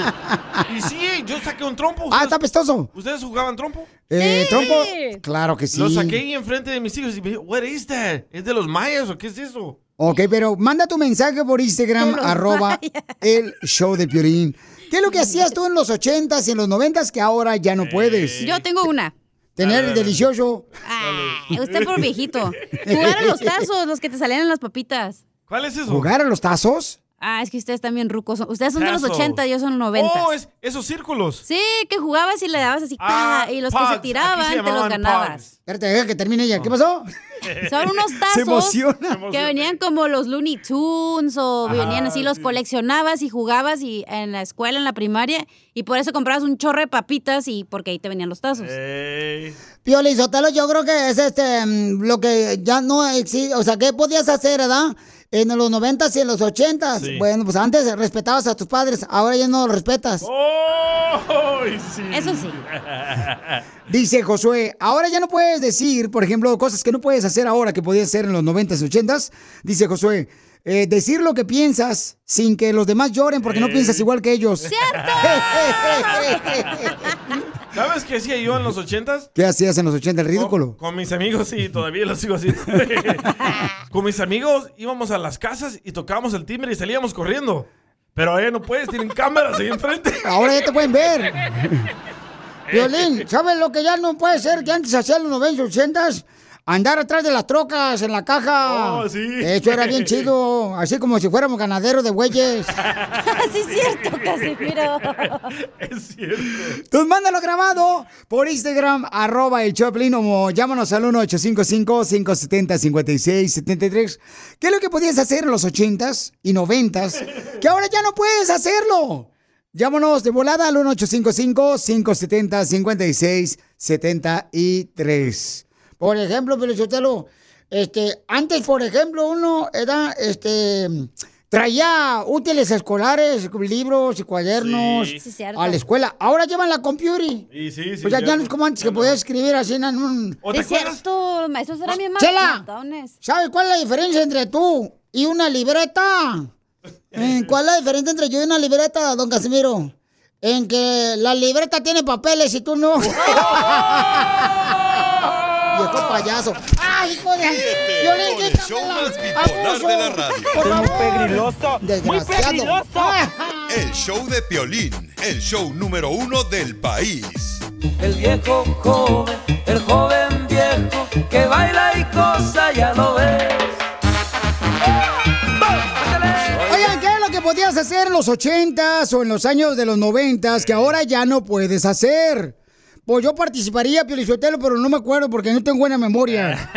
Speaker 2: Y sí, yo saqué un trompo.
Speaker 3: Ah, está apestoso.
Speaker 2: ¿Ustedes jugaban trompo?
Speaker 3: Eh, ¿Trompo? Claro que sí.
Speaker 2: Lo saqué ahí enfrente de mis hijos y me dije, ¿What is that? ¿Es de los mayas o qué es eso?
Speaker 3: Ok, pero manda tu mensaje por Instagram, arroba el show de Piolín. ¿Qué es lo que hacías tú en los 80s y en los 90s que ahora ya no puedes?
Speaker 4: Yo tengo una.
Speaker 3: Tener
Speaker 2: Ah.
Speaker 3: el delicioso.
Speaker 4: Ay, Ah, Usted por viejito. Jugar a los tazos, los que te salían en las papitas.
Speaker 2: ¿Cuál es eso?
Speaker 3: ¿Jugar a los tazos?
Speaker 4: Ah, es que ustedes también rucos. son- Ustedes son de los
Speaker 2: Tazos.
Speaker 4: 80, yo son 90.
Speaker 2: Oh, es, esos círculos.
Speaker 4: Sí, que jugabas y le dabas así,
Speaker 2: Ah,
Speaker 4: ¡pa! y los
Speaker 2: pugs.
Speaker 4: que
Speaker 2: Aquí
Speaker 4: se
Speaker 2: se
Speaker 4: tiraban te los
Speaker 2: llamaban
Speaker 4: ganabas.
Speaker 3: Espérate, deja que termine ella. ¿Qué pasó?
Speaker 4: Son unos tazos
Speaker 3: Se emociona.
Speaker 4: que venían como los Looney Tunes o
Speaker 2: Ah,
Speaker 3: Ajá,
Speaker 4: venían así, los coleccionabas y jugabas y en la escuela, en la primaria, y por eso comprabas un chorro de papitas y porque ahí te venían los tazos.
Speaker 3: Pioli Sotelo, yo creo que es este mm, lo que ya no existe. O sea, ¿qué podías hacer, edad? En los 90s y en los 80s.
Speaker 9: Sí.
Speaker 3: Bueno, pues antes respetabas a tus padres, ahora ya no los respetas.
Speaker 4: Eso sí.
Speaker 3: Dice Josué, ahora ya no puedes decir, por ejemplo, cosas que no puedes hacer ahora que podías hacer en los 90s y 80s. Dice Josué, eh, decir lo que piensas sin que los demás lloren porque no
Speaker 2: Eh.
Speaker 3: piensas igual que ellos.
Speaker 2: ¿Sabes qué hacía yo en los ochentas?
Speaker 3: ¿Qué hacías en los 80? El ridículo.
Speaker 2: Con mis amigos, sí, todavía lo sigo haciendo. Con mis amigos íbamos a las casas y tocábamos el timbre y salíamos corriendo. Pero ahí no puedes, tienen cámaras ahí enfrente.
Speaker 9: Este.
Speaker 3: Ahora ya te pueden ver. Violín, ¿sabes lo que ya no puede ser que antes hacían los 90 y 80 Andar atrás de las trocas en la caja.
Speaker 9: Oh, sí.
Speaker 3: Eso era bien chido, así como si fuéramos ganaderos de bueyes.
Speaker 4: Ah,
Speaker 9: sí, es cierto, Casimiro.
Speaker 3: Entonces mándalo grabado por Instagram, arroba el Choplin o llámanos al 1-855-570-5673. ¿Qué es lo que podías hacer en los 80s y 90s? Que ahora ya no puedes hacerlo. Llámanos de volada al 1-855-570-5673. Por ejemplo, Pelichotelo, este, antes, por ejemplo, uno era, este, traía útiles escolares, libros y cuadernos
Speaker 9: Sí. Sí, cierto.
Speaker 3: a la escuela. Ahora llevan la computer.
Speaker 2: Y sí, sí.
Speaker 3: Pues ya, ya no
Speaker 2: cierto.
Speaker 3: es como antes que podías escribir así en un...
Speaker 2: ¿O te
Speaker 4: es cierto, los maestros eran bien
Speaker 3: Chela.
Speaker 4: matones.
Speaker 3: ¿Sabes cuál es la diferencia entre tú y una libreta? ¿En ¿Cuál es la diferencia entre yo y una libreta, don Casimiro? En que la libreta tiene papeles y tú no. Viejo payaso. ¡Ay, hijo de... Violín,
Speaker 9: con el
Speaker 3: quítame
Speaker 9: show
Speaker 3: la-
Speaker 9: más bipolar
Speaker 3: abuso.
Speaker 10: de la radio.
Speaker 3: Por
Speaker 10: Muy
Speaker 3: favor.
Speaker 10: pegriloso, muy
Speaker 3: Desgraciado.
Speaker 10: pegriloso.
Speaker 3: Ah.
Speaker 10: El show de Piolín, el show número uno del país.
Speaker 9: El viejo joven, el joven viejo, que baila y cosa ya lo ves.
Speaker 3: Oigan, ¿qué es lo que podías hacer en los 80s o en los años de los 90s que ahora ya no puedes hacer? Pues yo participaría, Piolichotelo, pero no me acuerdo porque no tengo buena memoria.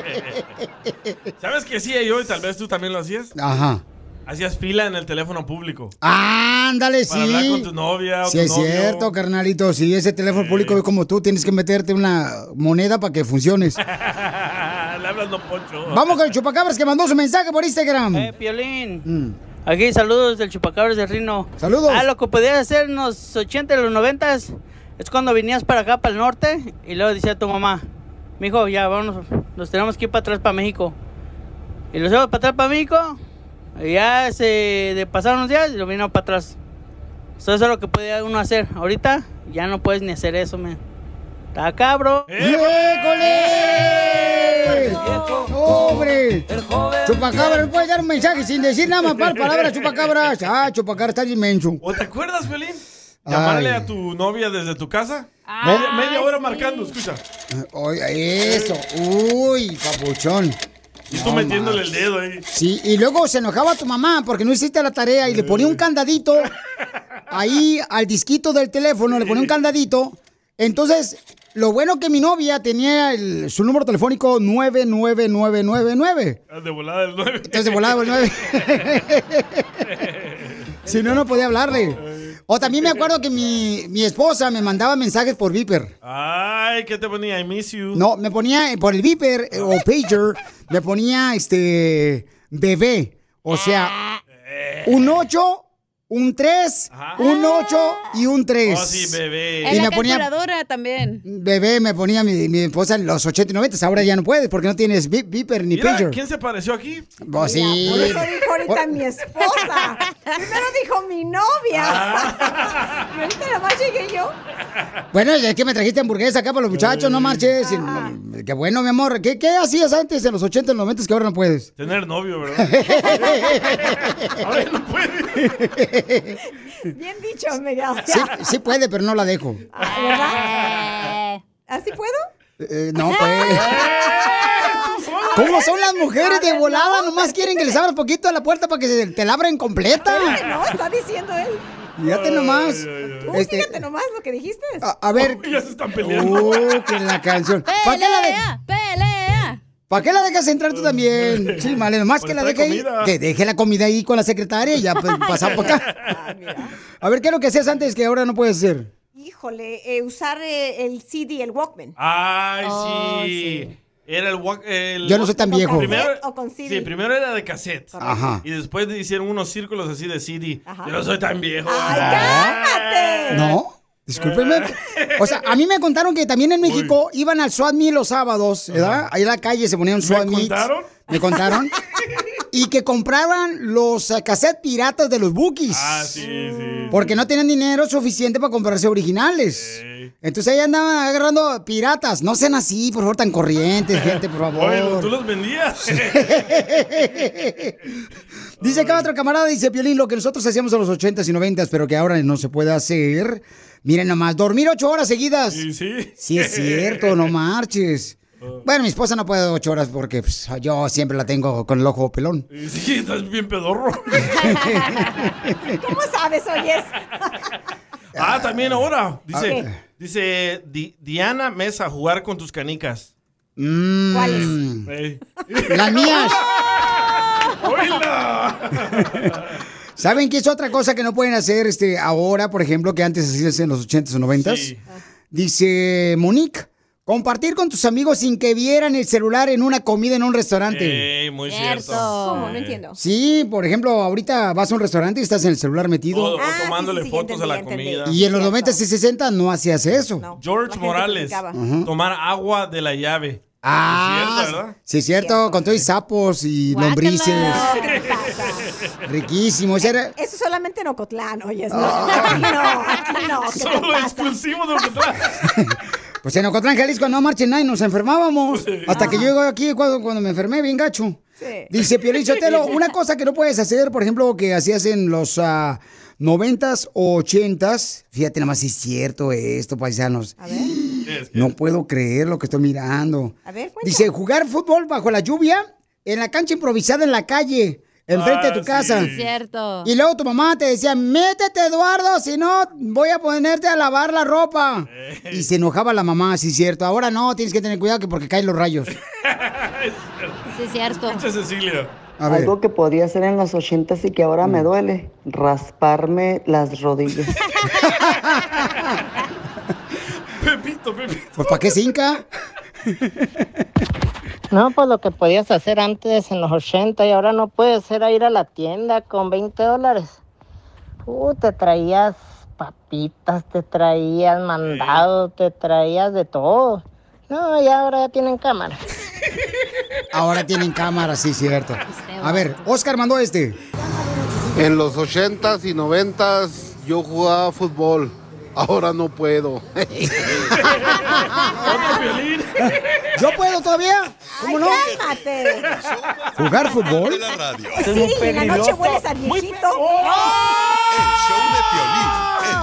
Speaker 2: ¿Sabes qué hacía yo y tal vez tú también lo hacías?
Speaker 3: Ajá.
Speaker 2: Hacías fila en el teléfono público.
Speaker 3: Ándale,
Speaker 2: Para hablar
Speaker 3: sí.
Speaker 2: con tu novia o
Speaker 3: Sí,
Speaker 2: tu
Speaker 3: es
Speaker 2: novio.
Speaker 3: cierto, carnalito. Si ese teléfono público es como tú, tienes que meterte una moneda para que funciones.
Speaker 2: Le hablas Don Poncho.
Speaker 3: Vamos con el chupacabras que mandó su mensaje por Instagram.
Speaker 18: Eh, Piolín.
Speaker 3: Mm.
Speaker 18: Aquí saludos del Chupacabras del Rino.
Speaker 3: Saludos.
Speaker 18: Ah, lo que podías hacer en los 80 y los 90 es cuando venías para acá, para el norte, y luego decía tu mamá, mijo, ya vámonos, nos tenemos que ir para atrás para México. Y los llevamos para atrás para México, y ya se de pasaron unos días y lo vino para atrás. Eso es lo que podía uno hacer. Ahorita ya no puedes ni hacer eso, man. Está cabro.
Speaker 3: ¡Híjole! ¡Hombre! Chupacabras, ¿me puedes dar un mensaje sin decir nada más para palabras, chupacabras? Ah, chupacabras, estás inmenso.
Speaker 2: ¿O te acuerdas, Violín? Llamarle
Speaker 3: Ay.
Speaker 2: a tu novia desde tu casa. media, media hora marcando, escucha.
Speaker 3: Oye, eso. Uy, papuchón.
Speaker 2: Y tú
Speaker 3: No
Speaker 2: metiéndole
Speaker 3: manches.
Speaker 2: el dedo ahí.
Speaker 3: Sí, y luego se enojaba tu mamá porque no hiciste la tarea y le ponía un candadito ahí al disquito del teléfono, le ponía un candadito. Entonces, lo bueno que mi novia tenía el- su número telefónico 99999.
Speaker 2: Ah, De volada del 9.
Speaker 3: Entonces de volada el 9. si no, no podía hablarle. O también me acuerdo que mi, mi esposa me mandaba mensajes por Viper.
Speaker 2: Ay, ¿qué te ponía? I miss you.
Speaker 3: No, me ponía eh, por el Viper eh, o Pager, me ponía este bebé. O sea, un 8, un 3, un 8 y un 3.
Speaker 2: Oh, sí, bebé.
Speaker 4: En
Speaker 3: Y
Speaker 4: la
Speaker 3: me ponía
Speaker 4: calculadora también.
Speaker 3: bebé, me ponía mi, mi esposa en los 80 y 90. Ahora ya no puedes porque no tienes vi- Viper ni
Speaker 2: Mira,
Speaker 3: Pager.
Speaker 2: ¿quién se pareció aquí?
Speaker 3: Pues sí.
Speaker 19: Por eso dijo ahorita mi esposa. Primero dijo mi novia.
Speaker 2: Ah.
Speaker 19: Y ahorita nada más llegué yo.
Speaker 3: Bueno, es que me trajiste hamburguesa acá para los muchachos, no marches. Y-
Speaker 2: Ah.
Speaker 3: Qué bueno, mi amor. ¿Qué, qué hacías antes en los 80 y 90 que ahora no puedes?
Speaker 2: Tener novio, ¿verdad? Ahora ya no
Speaker 3: puede.
Speaker 19: Bien dicho, Mega.
Speaker 3: Sí, sí puede, pero no la dejo.
Speaker 19: ¿Verdad? ¿Así puedo?
Speaker 3: Eh, no, pues. ¿Cómo son las mujeres de volada? Nomás quieren que les abras poquito a la puerta para que se- te la abran completa.
Speaker 19: Espérate, No, está diciendo él.
Speaker 3: Fíjate nomás.
Speaker 19: Tú
Speaker 3: Este,
Speaker 19: fíjate nomás lo que dijiste.
Speaker 3: a, a ver.
Speaker 2: Ya se están
Speaker 3: Uh, que la canción. ¿Para qué la, de-
Speaker 4: pelea.
Speaker 3: ¿Para qué la dejas entrar tú también? Sí, vale, nomás que la
Speaker 4: trae
Speaker 3: deje ahí.
Speaker 4: comida.
Speaker 3: Que deje la comida ahí con la secretaria y ya pues, pasamos por acá. A ver, ¿qué es lo que hacías antes que ahora no puedes hacer?
Speaker 19: Híjole, eh, usar eh, el CD, el Walkman.
Speaker 2: Ay,
Speaker 19: Oh,
Speaker 2: sí. Era el, wa- el-
Speaker 3: Yo no soy tan
Speaker 2: Con
Speaker 3: viejo.
Speaker 2: Primero,
Speaker 19: ¿O con CD?
Speaker 2: sí, primero era de cassette.
Speaker 3: Ajá.
Speaker 2: Y después hicieron unos círculos así de CD. Yo no soy tan viejo.
Speaker 3: No, discúlpeme. O sea, a mí me contaron que también en México iban al SWAT meet los sábados, ¿verdad? Ahí en la calle se ponían SWAT meets.
Speaker 2: contaron?
Speaker 3: Me contaron. Y que compraban los eh, cassettes piratas de los bookies.
Speaker 2: Ah, sí, sí.
Speaker 3: Porque no tenían dinero suficiente para comprarse originales. Entonces ahí andaban agarrando piratas. No sean así, por favor, tan corrientes, gente, por
Speaker 2: Oye, tú
Speaker 3: favor.
Speaker 2: los vendías.
Speaker 3: Dice acá otro camarada, dice Piolín, lo que nosotros hacíamos en los 80s y 90s, pero que ahora no se puede hacer. Miren nomás, dormir ocho horas seguidas. Sí,
Speaker 2: sí. Oh.
Speaker 3: Sí, es cierto, no marches. Bueno, mi esposa no puede ocho horas porque pues, yo siempre la tengo con el ojo pelón.
Speaker 2: sí, estás bien pedorro.
Speaker 19: ¿Cómo sabes, oyes?
Speaker 2: Ah, también ahora. Dice,
Speaker 19: Ok.
Speaker 2: dice Di- Diana Mesa, jugar con tus canicas.
Speaker 3: Mm.
Speaker 2: Ey.
Speaker 3: Las mías.
Speaker 2: ¡Oíla!
Speaker 3: ¿Saben qué es otra cosa que no pueden hacer este, ahora, por ejemplo, que antes hacías en los 80s o 90s? Dice Monique, compartir con tus amigos sin que vieran el celular en una comida en un restaurante.
Speaker 2: Ey, muy
Speaker 19: Cierto.
Speaker 2: cierto.
Speaker 19: ¿Cómo? No entiendo.
Speaker 3: Sí, por ejemplo, ahorita vas a un restaurante y estás en el celular
Speaker 2: O,
Speaker 3: metido.
Speaker 2: o
Speaker 19: Ah,
Speaker 2: tomándole fotos a la comida.
Speaker 3: Y en los 90s y 60 no hacías eso.
Speaker 2: George Morales,
Speaker 3: Ujú.
Speaker 2: tomar agua de la llave.
Speaker 3: Ah,
Speaker 2: Es cierto, ¿verdad?
Speaker 3: sí, es cierto, con todo y sapos y lombrices.
Speaker 19: No, ¿qué te pasa?
Speaker 3: Riquísimo. Ese era-
Speaker 19: Eso solamente en Ocotlán,
Speaker 3: Oh.
Speaker 19: oyes. No, aquí no, aquí no. ¿Qué te
Speaker 2: Solo
Speaker 19: pasa?
Speaker 2: exclusivo de Ocotlán.
Speaker 3: Pues en Ocotlán, Jalisco, no marchen nadie, nos enfermábamos. Hasta que yo llego aquí cuando, cuando me enfermé, bien gacho.
Speaker 19: Sí.
Speaker 3: Dice Piolín Sotelo, una cosa que no puedes hacer, por ejemplo, que hacías en los ah, noventas o ochentas. Fíjate, nada más si es cierto esto, paisanos.
Speaker 19: ¿Eh?
Speaker 3: No puedo creer lo que estoy mirando.
Speaker 19: A ver, cuenta.
Speaker 3: Dice, jugar fútbol bajo la lluvia en la cancha improvisada en la calle, enfrente
Speaker 4: Ah,
Speaker 2: Ah,
Speaker 3: de tu casa.
Speaker 4: Es cierto.
Speaker 3: Y luego tu mamá te decía, métete Eduardo, si no voy a ponerte a lavar la ropa. Y se enojaba la mamá, sí es cierto. Ahora no, tienes que tener cuidado que porque caen los rayos.
Speaker 4: Sí, es cierto.
Speaker 2: Escucha, Cecilia.
Speaker 20: Algo que podía hacer en los 80 y que ahora me duele, rasparme las rodillas.
Speaker 2: Pepito, Pepito.
Speaker 3: Pues ¿para qué cinca?
Speaker 21: No, pues lo que podías hacer antes en los 80 y ahora no puedes era ir a la tienda con 20 dólares. Uh, te traías papitas, te traías mandado, te traías de todo. No, y ahora ya tienen cámara.
Speaker 3: Ahora tienen cámara, sí es cierto. A ver, Oscar mandó este.
Speaker 7: En los 80s y 90s yo jugaba fútbol. Ahora no puedo.
Speaker 3: ¿Yo puedo todavía?
Speaker 19: ¿Cómo no? Cálmate.
Speaker 3: ¿Jugar fútbol?
Speaker 19: Sí, en la noche hueles a viejito.
Speaker 10: El show
Speaker 19: ¡Oh!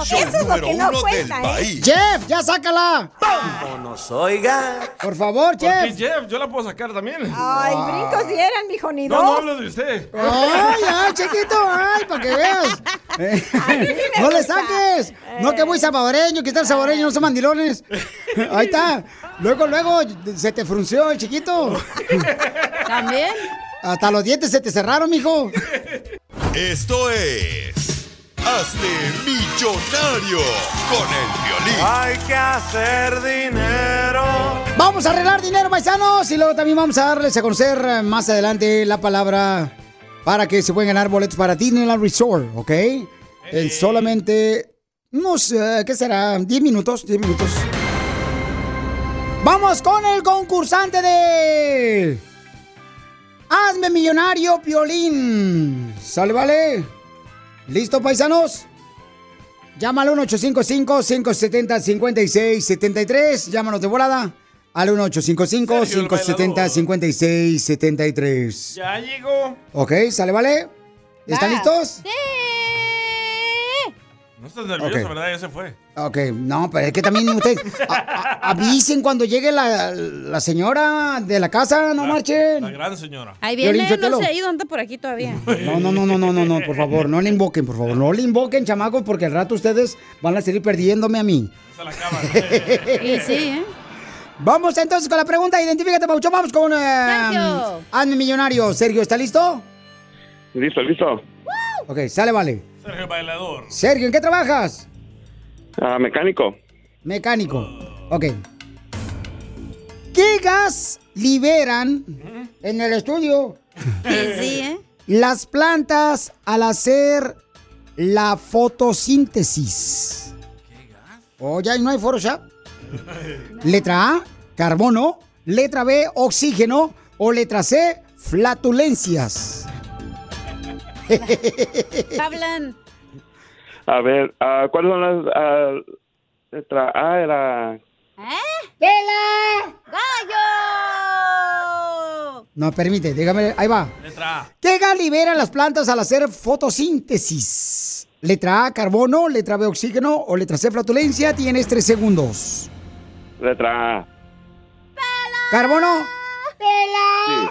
Speaker 19: Eso es lo
Speaker 10: número
Speaker 19: que no
Speaker 10: uno
Speaker 19: cuenta,
Speaker 10: del
Speaker 19: ¿eh?
Speaker 10: país.
Speaker 3: Jeff, ya sácala.
Speaker 2: Vámonos, oiga.
Speaker 3: Por favor,
Speaker 2: ¿Por qué
Speaker 3: Jeff.
Speaker 2: Jeff? Yo la puedo sacar también.
Speaker 19: Ay, brincos dieran, mijo, ni
Speaker 2: No, no
Speaker 19: dos.
Speaker 2: hablo de usted.
Speaker 3: Ay, ay, chiquito, ay, para que veas. Eh, no le saques. No, que muy salvadoreño, que está el salvadoreño, no son mandilones. Ahí está. Luego, luego, se te frunció el chiquito.
Speaker 4: ¿También?
Speaker 3: Hasta los dientes se te cerraron, mijo.
Speaker 10: Esto es. Hazte millonario con el violín.
Speaker 9: Hay que hacer dinero.
Speaker 3: Vamos a arreglar dinero, paisanos. Y luego también vamos a darles a conocer eh, más adelante la palabra para que se puedan ganar boletos para Disneyland Resort, ¿ok? En solamente unos, eh, ¿qué será? 10 minutos, 10 minutos. Vamos con el concursante de... Hazme millonario, Piolín. Sale, vale. ¿Listo, paisanos? Llámalo 1-855-570-5673. Llámanos de volada al 1-855-570-5673.
Speaker 2: Ya llegó.
Speaker 19: Ah.
Speaker 3: Ok, sale, vale. ¿Están
Speaker 4: Va.
Speaker 3: listos?
Speaker 4: Sí.
Speaker 2: No estás nerviosa,
Speaker 3: Ok.
Speaker 2: ¿verdad? Ya se fue.
Speaker 3: Ok, no, pero es que también ustedes a- a- avisen cuando llegue la, la señora de la casa, no marchen.
Speaker 2: La gran señora.
Speaker 4: Ahí
Speaker 3: Violín,
Speaker 4: viene,
Speaker 3: Sotelo.
Speaker 4: no sé, ahí dónde por aquí todavía.
Speaker 3: No, no, no, no, no, no, no, por favor, no le invoquen, por favor, no le invoquen, chamacos, porque al rato ustedes van a seguir perdiéndome a mí.
Speaker 4: Y sí, ¿eh?
Speaker 3: Vamos entonces con la pregunta, identifícate, Paucho, vamos con... Sergio. Hazme millonario, Sergio, ¿está listo?
Speaker 22: Listo, listo.
Speaker 3: Ok, sale, vale.
Speaker 2: Sergio Bailador.
Speaker 3: Sergio, ¿en qué trabajas?
Speaker 22: Ah, mecánico.
Speaker 3: Mecánico. Ok. ¿Qué gas liberan en el estudio?
Speaker 4: sí, ¿eh?
Speaker 3: Las plantas al hacer la fotosíntesis. O ya no hay Photoshop. Letra A, carbono. Letra B, oxígeno. O letra C, flatulencias.
Speaker 4: Hablan.
Speaker 22: A ver, ah, ¿cuáles son las... ah, letra A era...
Speaker 4: ¿Eh?
Speaker 3: ¡Vela!
Speaker 4: ¡Gallo!
Speaker 3: No, permite, déjame, ahí va.
Speaker 2: Letra A.
Speaker 3: ¿Qué gas liberan las plantas al hacer fotosíntesis? Letra A, carbono, letra B, oxígeno o letra C, flatulencia. Tienes tres segundos.
Speaker 22: Letra A.
Speaker 3: ¿Carbono?
Speaker 22: Sí.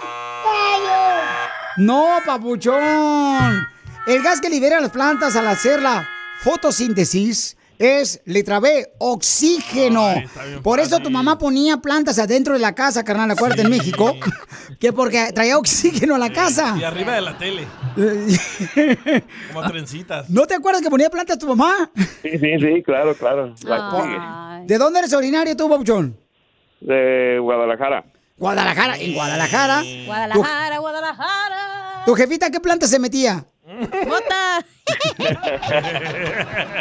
Speaker 3: No, papuchón. El gas que liberan las plantas al hacer la fotosíntesis es letra B, oxígeno. Por eso tu mamá ponía plantas adentro de la casa, carnal, acuérdate, en México, que porque traía oxígeno a la casa.
Speaker 2: Y arriba de la tele. Como trencitas.
Speaker 3: ¿No te acuerdas que ponía plantas tu mamá?
Speaker 22: Sí, sí, sí, claro, claro. La-
Speaker 19: Ah.
Speaker 3: ¿De dónde eres originario tú, papuchón?
Speaker 22: De Guadalajara.
Speaker 3: Guadalajara, en Guadalajara.
Speaker 4: Guadalajara, Guadalajara.
Speaker 3: ¿Tu, tu jefita qué planta se metía?
Speaker 4: ¿Mm? Bota.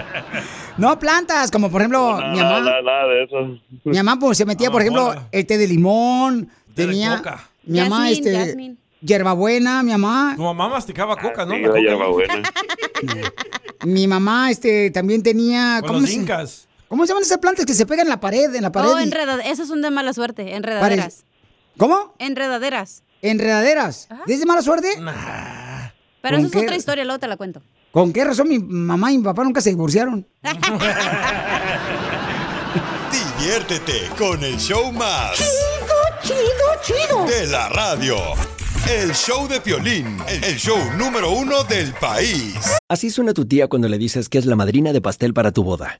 Speaker 3: No plantas, como por ejemplo
Speaker 22: Nada,
Speaker 3: mi mamá.
Speaker 22: nada, nada de eso.
Speaker 3: Mi mamá pues, se
Speaker 2: Ah,
Speaker 3: metía, por ejemplo, el té de limón, tenía
Speaker 22: coca.
Speaker 3: mi mamá
Speaker 22: Jazmín,
Speaker 3: este
Speaker 22: jazmín.
Speaker 3: hierbabuena, mi mamá,
Speaker 2: Tu mamá masticaba coca, ¿no?
Speaker 22: Ah, Sí,
Speaker 2: La
Speaker 22: la
Speaker 2: coca.
Speaker 22: hierbabuena.
Speaker 3: mi mamá este también tenía
Speaker 2: Con los
Speaker 3: se-
Speaker 2: incas.
Speaker 3: ¿Cómo se llaman esas plantas que se pegan en la pared, en la pared?
Speaker 4: Oh,
Speaker 3: y-
Speaker 4: enredaderas. Esas son de mala suerte.
Speaker 3: pare-
Speaker 4: Enredaderas.
Speaker 3: ¿Cómo?
Speaker 4: Enredaderas.
Speaker 3: Eh, Enredaderas. ¿Dices mala suerte?
Speaker 4: Pero eso
Speaker 3: ¿Con
Speaker 4: es
Speaker 3: qué?
Speaker 4: otra historia, luego te la cuento.
Speaker 3: ¿Con qué razón mi mamá y mi papá nunca se divorciaron?
Speaker 10: Diviértete con el show más.
Speaker 3: Chido, chido, chido.
Speaker 10: De la radio. El show de Piolín, el show número uno del país.
Speaker 1: Así suena tu tía cuando le dices que es la madrina de pastel para tu boda.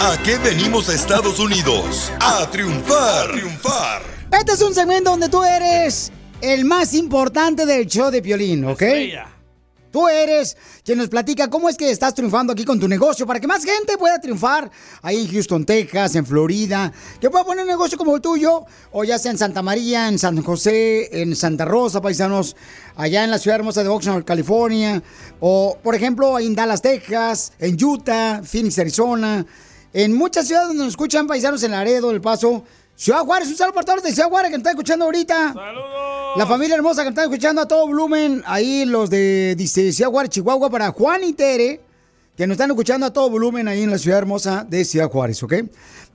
Speaker 10: ¿A qué venimos a Estados Unidos? A triunfar. A triunfar.
Speaker 3: Este es un segmento donde tú eres el más importante del show de Piolín, ¿ok? Tú eres quien nos platica cómo es que estás triunfando aquí con tu negocio para que más gente pueda triunfar ahí en Houston, Texas, en Florida, que pueda poner un negocio como el tuyo, o ya sea en Santa María, en San José, en Santa Rosa, paisanos, allá en la ciudad hermosa de Oxnard, California, o por ejemplo ahí en Dallas, Texas, en Utah, Phoenix, Arizona, en muchas ciudades donde nos escuchan paisanos en Laredo, El Paso, Ciudad Juárez, un saludo para todos los de Ciudad Juárez que nos están escuchando ahorita. La familia hermosa que nos están escuchando a todo volumen, ahí los de dice, Ciudad Juárez, Chihuahua, para Juan y Tere, que nos están escuchando a todo volumen ahí en la ciudad hermosa de Ciudad Juárez, ¿ok?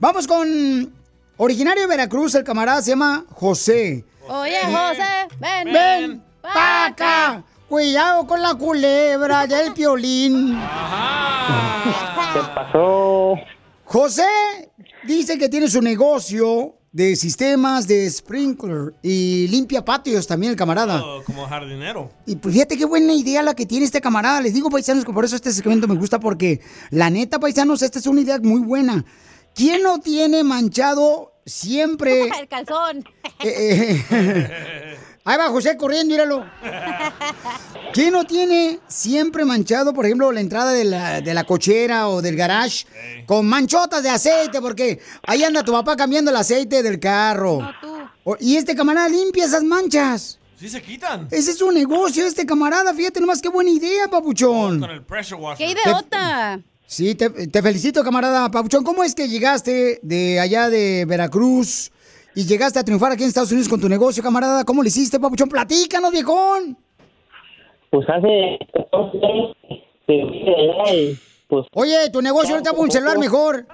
Speaker 3: Vamos con originario de Veracruz, el camarada se llama José.
Speaker 4: Oye, José, ven.
Speaker 3: Ven, paca, cuidado con la culebra del piolín.
Speaker 23: ¿Qué pasó?
Speaker 3: José dice que tiene su negocio de sistemas de sprinkler y limpia patios también el camarada.
Speaker 2: Oh, como jardinero.
Speaker 3: Y pues, fíjate qué buena idea la que tiene este camarada. Les digo, paisanos, que por eso este segmento me gusta porque la neta, paisanos, esta es una idea muy buena. ¿Quién no tiene manchado siempre?
Speaker 4: El calzón.
Speaker 3: Eh, eh, Ahí va José corriendo, míralo. ¿Quién no tiene siempre manchado, por ejemplo, la entrada de la, de la cochera o del garage con manchotas de aceite? Porque ahí anda tu papá cambiando el aceite del carro. O- Y este camarada limpia esas manchas.
Speaker 2: Sí se quitan.
Speaker 3: Ese es un negocio, este camarada. Fíjate nomás qué buena idea, papuchón.
Speaker 2: Con el pressure washer.
Speaker 4: ¡Qué idiota!
Speaker 3: Sí, te, te felicito, camarada Papuchón. ¿Cómo es que llegaste de allá de Veracruz y llegaste a triunfar aquí en Estados Unidos con tu negocio, camarada? ¿Cómo lo hiciste, Papuchón? Platícanos, viejón.
Speaker 5: Pues hace 14 años que fui de allá y pues
Speaker 3: Oye, tu negocio ahorita por un celular mejor.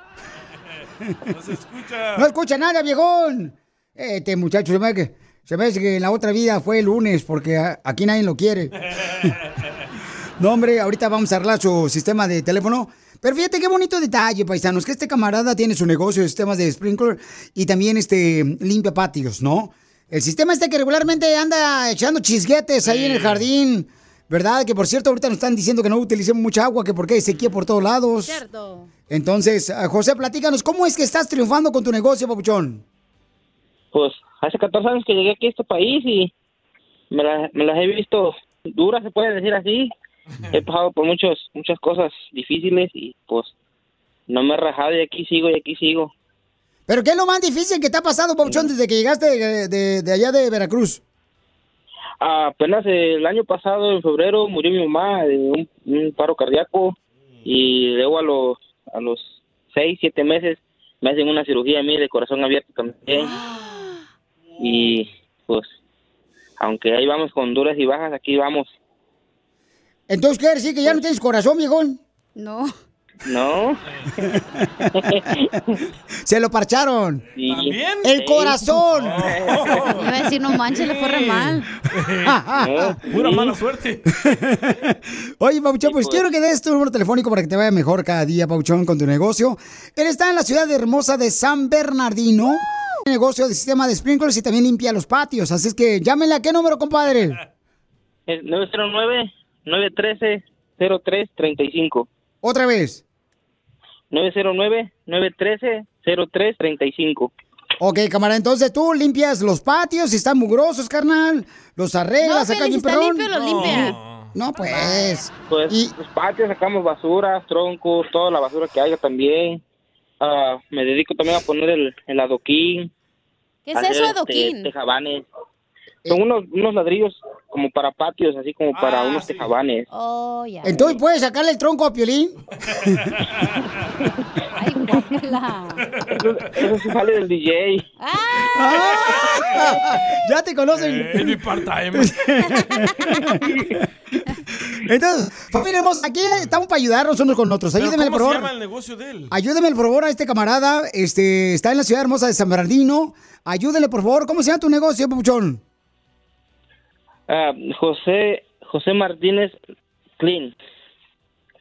Speaker 2: No se escucha.
Speaker 3: No escucha nada, viejón. Este muchacho se me, hace que- se me hace que en la otra vida fue el lunes porque a- aquí nadie lo quiere. No, hombre, ahorita vamos a arreglar su sistema de teléfono. Pero fíjate qué bonito detalle, paisanos, que este camarada tiene su negocio de sistemas de sprinkler y también este limpia patios, ¿no? El sistema este que regularmente anda echando chisguetes ahí en el jardín, ¿verdad? Que por cierto, ahorita nos están diciendo que no utilicemos mucha agua, que porque hay sequía por todos lados.
Speaker 4: Cierto.
Speaker 3: Entonces, ah, José, platícanos, ¿cómo es que estás triunfando con tu negocio, papuchón?
Speaker 5: pues hace 14 años que llegué aquí a este país y me, la- me las he visto duras, se puede decir así. He pasado por muchos, muchas cosas difíciles y pues no me he rajado y aquí sigo y aquí sigo.
Speaker 3: ¿Pero qué es lo más difícil que te ha pasado, papuchón, desde que llegaste de, de- de allá de Veracruz?
Speaker 5: Apenas el año pasado, en febrero, murió mi mamá de un, un paro cardíaco y luego a los, a los seis, siete meses me hacen una cirugía a mí de corazón abierto también. Y pues, aunque ahí vamos con duras y bajas, aquí vamos.
Speaker 3: Entonces, ¿quiere decir que ya no tienes corazón, viejón?
Speaker 4: Pues No.
Speaker 5: ¿No?
Speaker 3: Se lo parcharon.
Speaker 5: ¿También?
Speaker 3: El corazón.
Speaker 2: Oh.
Speaker 4: Iba a decir, no manches, le fue re mal.
Speaker 2: Pura mala suerte.
Speaker 3: Oye, Pauchón, pues quiero que des tu número telefónico para que te vaya mejor cada día, Pauchón, con tu negocio. Él está en la ciudad hermosa de San Bernardino. Un Negocio de sistema de sprinklers y también limpia los patios. Así es que llámenle a qué número, compadre.
Speaker 5: Es 909-913-0335.
Speaker 3: Otra vez.
Speaker 5: 909-913-0335.
Speaker 3: Ok, camarada, entonces tú limpias los patios si están mugrosos, carnal. Los arreglas,
Speaker 5: No,
Speaker 3: acá
Speaker 5: Piolín, si
Speaker 3: bien
Speaker 5: está
Speaker 3: perrón.
Speaker 5: limpio, lo limpia.
Speaker 3: No, pues.
Speaker 5: Pues los patios sacamos basura, troncos, toda la basura que haya también. Ah, me dedico también a poner el, el adoquín.
Speaker 4: ¿Qué es
Speaker 5: hacer,
Speaker 4: eso,
Speaker 5: este,
Speaker 4: adoquín?
Speaker 5: tejabanes. Son unos, unos ladrillos como para patios, así como para
Speaker 4: Ah,
Speaker 5: unos tejabanes.
Speaker 4: Oh, ya.
Speaker 3: Entonces puedes sacarle el tronco a Piolín.
Speaker 4: Ay, guácala.
Speaker 5: Eso, eso sí sale del DJ.
Speaker 3: ya te conocen. Entonces, familia hermosa, aquí estamos para ayudarnos unos con otros.
Speaker 2: Pero
Speaker 3: Ayúdenme, por
Speaker 2: ¿Cómo
Speaker 3: favor.
Speaker 2: se llama el negocio de él?
Speaker 3: Ayúdeme, por favor, a este camarada. Este está en la ciudad hermosa de San Bernardino. Ayúdele, por favor. ¿Cómo se llama tu negocio, Papuchón?
Speaker 5: Ah, José, José Martínez Clean.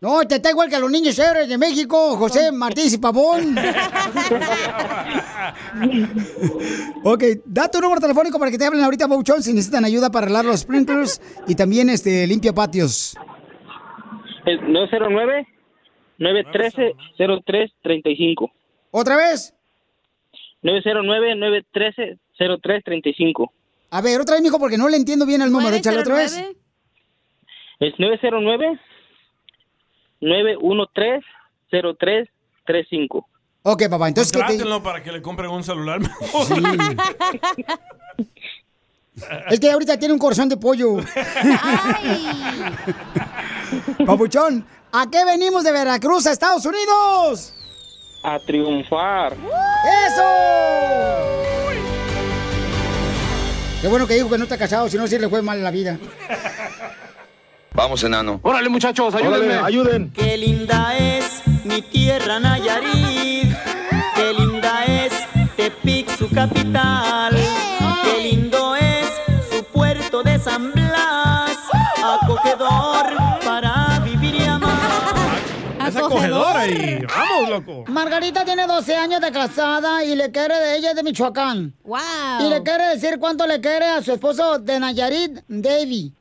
Speaker 3: No, te está igual que a los niños héroes de México, José Martínez y Pavón. ok, da tu número telefónico para que te hablen ahorita, Papuchón, si necesitan ayuda para arreglar los sprinklers y también este limpia patios.
Speaker 5: El 909 913 0335.
Speaker 3: ¿Otra vez?
Speaker 5: 909 913 0335.
Speaker 3: A ver, otra vez, mijo, porque no le entiendo bien el número. Échale otra vez.
Speaker 5: Es 909 913 0335.
Speaker 3: Ok, papá, entonces que te...
Speaker 2: Trátenlo para que le compren un celular.
Speaker 3: Es que ahorita tiene un corazón de pollo. Papuchón, ¿a qué venimos de Veracruz a Estados Unidos?
Speaker 5: A triunfar.
Speaker 3: ¡Eso! Qué bueno que dijo que no está casado, si no, sí le fue mal en la vida.
Speaker 12: Vamos, enano.
Speaker 5: Órale, muchachos,
Speaker 12: ayúdenme.
Speaker 5: ayuden.
Speaker 11: Qué linda es mi tierra Nayarit. Qué linda es Tepic, su capital. Qué lindo es su puerto de San
Speaker 4: Uh.
Speaker 11: Blas. Acogedor para vivir y amar.
Speaker 3: Ah,
Speaker 2: Esa acogedor ahí. Vamos, loco.
Speaker 3: Margarita tiene 12 años de casada y le quiere de ella es de Michoacán.
Speaker 4: Wow.
Speaker 3: Y le quiere decir cuánto le quiere a su esposo de Nayarit, Davy.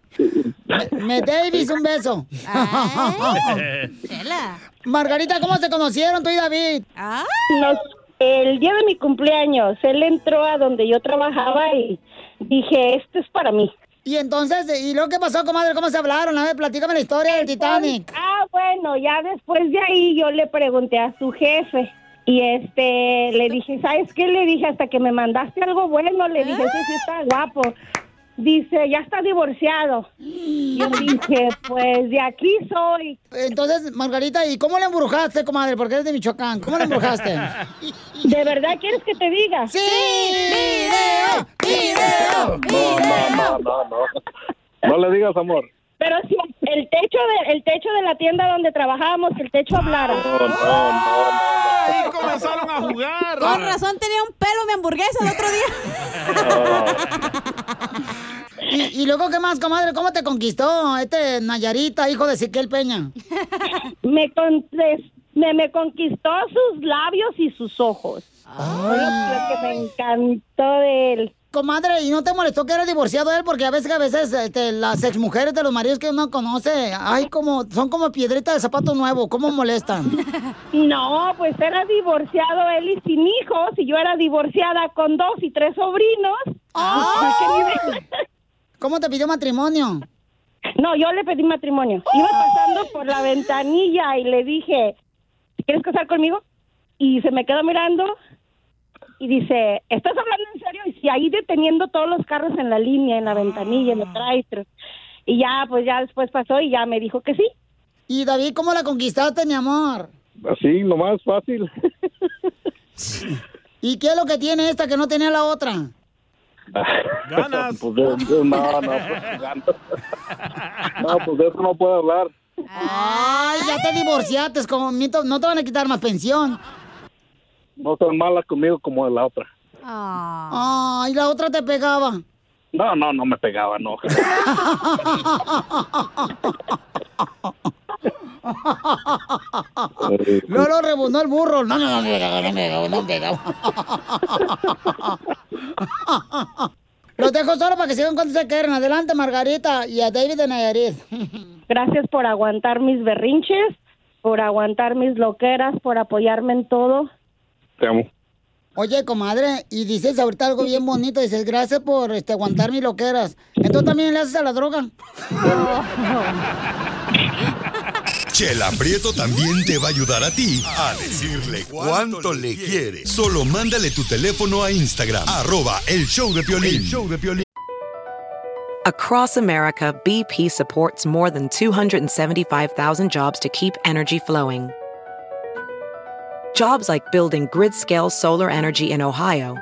Speaker 3: Me, me Davis, un beso.
Speaker 11: Ah.
Speaker 3: Margarita, ¿cómo se conocieron tú y David?
Speaker 8: Nos- el día de mi cumpleaños, él entró a donde yo trabajaba y dije, este es para mí.
Speaker 3: Y entonces, ¿y luego qué pasó, comadre? ¿Cómo se hablaron? A ver, platícame la historia del Titanic.
Speaker 8: Ah, bueno, ya después de ahí yo le pregunté a su jefe y este le dije, ¿sabes qué? Le dije, hasta que me mandaste algo bueno, le dije, sí, sí está guapo. Dice, ya está divorciado. Yo dije, pues de aquí soy.
Speaker 3: Entonces, Margarita, ¿y cómo le embrujaste, comadre? Porque eres de Michoacán. ¿Cómo le embrujaste?
Speaker 8: ¿De verdad quieres que te diga?
Speaker 3: ¡Sí! ¡Video! ¡Video!
Speaker 8: ¡Video!
Speaker 15: no, no. No le digas, amor.
Speaker 8: Pero si el techo de, el techo de la tienda donde trabajábamos, el techo hablara.
Speaker 2: Ahí comenzaron a jugar.
Speaker 4: Con razón tenía un pelo mi hamburguesa el otro día.
Speaker 3: ¿Y, y luego qué más, comadre? ¿Cómo te conquistó este Nayarita, hijo de Siquel Peña?
Speaker 8: me, contes- me, me conquistó sus labios y sus ojos. Fue lo que me encantó de él.
Speaker 3: Comadre, ¿y no te molestó que era divorciado él? Porque a veces, a veces, este, las exmujeres de los maridos que uno conoce, ay, como, son como piedrita de zapato nuevo, ¿cómo molestan?
Speaker 8: No, pues era divorciado él y sin hijos, y yo era divorciada con dos y tres sobrinos.
Speaker 3: ¿Cómo te pidió matrimonio?
Speaker 8: No, yo le pedí matrimonio. Iba pasando por la ventanilla y le dije, ¿quieres casar conmigo? Y se me quedó mirando y dice, ¿estás hablando en serio? Y si ahí deteniendo todos los carros en la línea, en la ventanilla, en el
Speaker 3: Ah.
Speaker 8: tráiler. Y ya, pues ya después pasó y ya me dijo que sí.
Speaker 3: ¿Y David, cómo la conquistaste, mi amor?
Speaker 15: Así, nomás fácil.
Speaker 3: ¿Y qué es lo que tiene esta que no tenía la otra?
Speaker 15: Ganas. pues de, de- no, no, pues, ganas. No, pues de eso no puedo hablar.
Speaker 3: Ay, ya te divorciaste, como mito, no te van a quitar más pensión.
Speaker 15: No son malas conmigo como la otra.
Speaker 3: Ay, la otra te pegaba.
Speaker 15: No, no, no me pegaba, no.
Speaker 3: No lo rebundó el burro. No, no, no, no, no, no, no, no, no. Los dejo solo para que sigan cuando se quieren. Adelante, Margarita y a David de Nayarit.
Speaker 8: Gracias por aguantar mis berrinches, por aguantar mis loqueras, por apoyarme en todo.
Speaker 15: Te amo.
Speaker 3: Oye, comadre, y dices ahorita algo bien bonito. Dices, gracias por este, aguantar mis loqueras. ¿Entonces también le haces a la droga?
Speaker 10: Chela Prieto también te va a ayudar a ti a decirle cuánto le quiere. Solo mándale tu teléfono a Instagram, arroba el show de Piolín.
Speaker 24: Across America, BP supports more than 275,000 jobs to keep energy flowing. Jobs like building grid scale solar energy in Ohio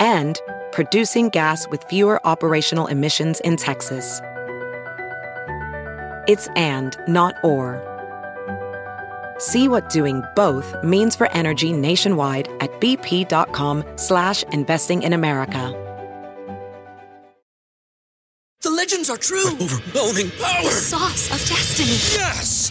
Speaker 24: and producing gas with fewer operational emissions in Texas. It's and, not or. See what doing both means for energy nationwide at bp.com slash investing in America.
Speaker 13: The legends are true. overwhelming power! sauce of destiny. Yes!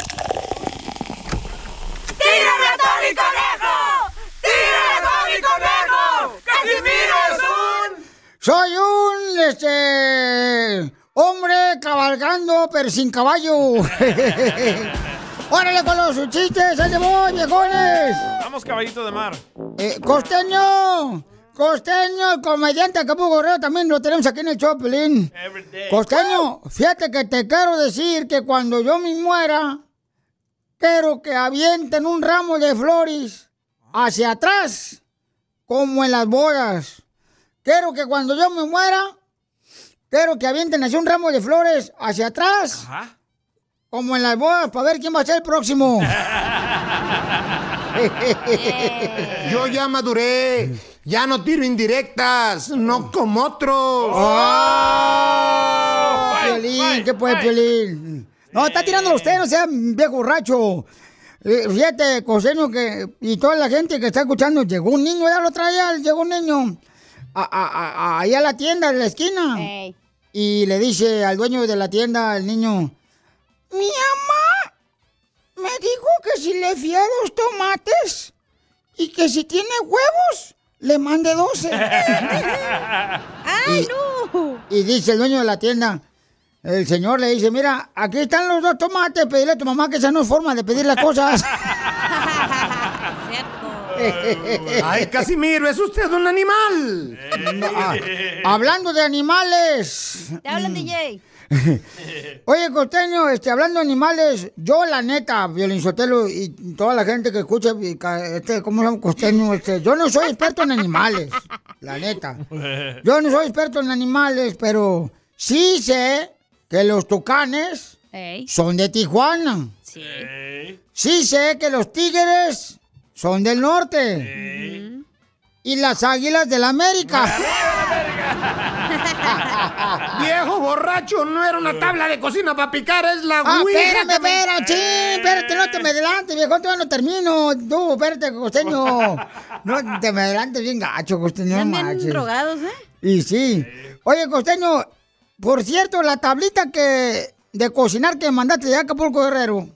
Speaker 9: ¡Tírame a Tony Conejo! ¡Tírame a Tony Conejo! ¡Casimiro es un...
Speaker 3: Soy un este hombre cabalgando, pero sin caballo. Órale con sus chistes, ahí le voy, viejones.
Speaker 2: Vamos, caballito de mar.
Speaker 3: Eh, costeño, costeño, el comediante Acapulco Guerrero también lo tenemos aquí en el Choplin. Costeño, fíjate que te quiero decir que cuando yo me muera, quiero que avienten un ramo de flores hacia atrás, como en las bodas. Quiero que cuando yo me muera, quiero que avienten así un ramo de flores hacia atrás, como en las bodas, para ver quién va a ser el próximo.
Speaker 25: Yo ya maduré. Ya no tiro indirectas. No como otros.
Speaker 3: ¡Oh! Piolín, ¿qué puede, Piolín? No, está tirándolo usted, no sea viejo borracho. Eh, Fíjate, Coseño, que, y toda la gente que está escuchando, llegó un niño, ya lo traía, llegó un niño a, a, a- a- ahí a la tienda de la esquina. Y le dice al dueño de la tienda, al niño, Mi mamá me dijo que si le fía dos tomates y que si tiene huevos, le mande doce. ¡Ay, no! Y dice el dueño de la tienda, el señor le dice, mira, aquí están los dos tomates, pedirle a tu mamá que esa no es forma de pedir las cosas.
Speaker 25: Ay, Casimiro, es usted un animal.
Speaker 3: Ah, hablando de animales.
Speaker 4: Te hablan,
Speaker 3: Mm.
Speaker 4: DJ.
Speaker 3: Oye, Costeño, este, hablando de animales, yo la neta, Violín Sotelo y toda la gente que escucha, y ca- este, ¿cómo se llama Costeño? Este, yo no soy experto en animales, la neta. Yo no soy experto en animales, pero sí sé que los tucanes
Speaker 4: Ey.
Speaker 3: son de Tijuana.
Speaker 4: Sí.
Speaker 3: Sí sé que los tigres son del norte. Y las águilas del América.
Speaker 25: Viejo borracho, no era una tabla de cocina para picar, es la
Speaker 3: Ah,
Speaker 25: ouija
Speaker 3: espérame,
Speaker 25: que me-
Speaker 3: espérate, sí, espérate, no te me adelantes, viejo, todavía no termino. Tú, espérate, costeño. No te me adelantes bien gacho, costeño. No
Speaker 4: Están
Speaker 3: manches.
Speaker 4: drogados, ¿eh?
Speaker 3: Y sí. Oye, costeño, por cierto, la tablita que de cocinar que mandaste de Acapulco Guerrero,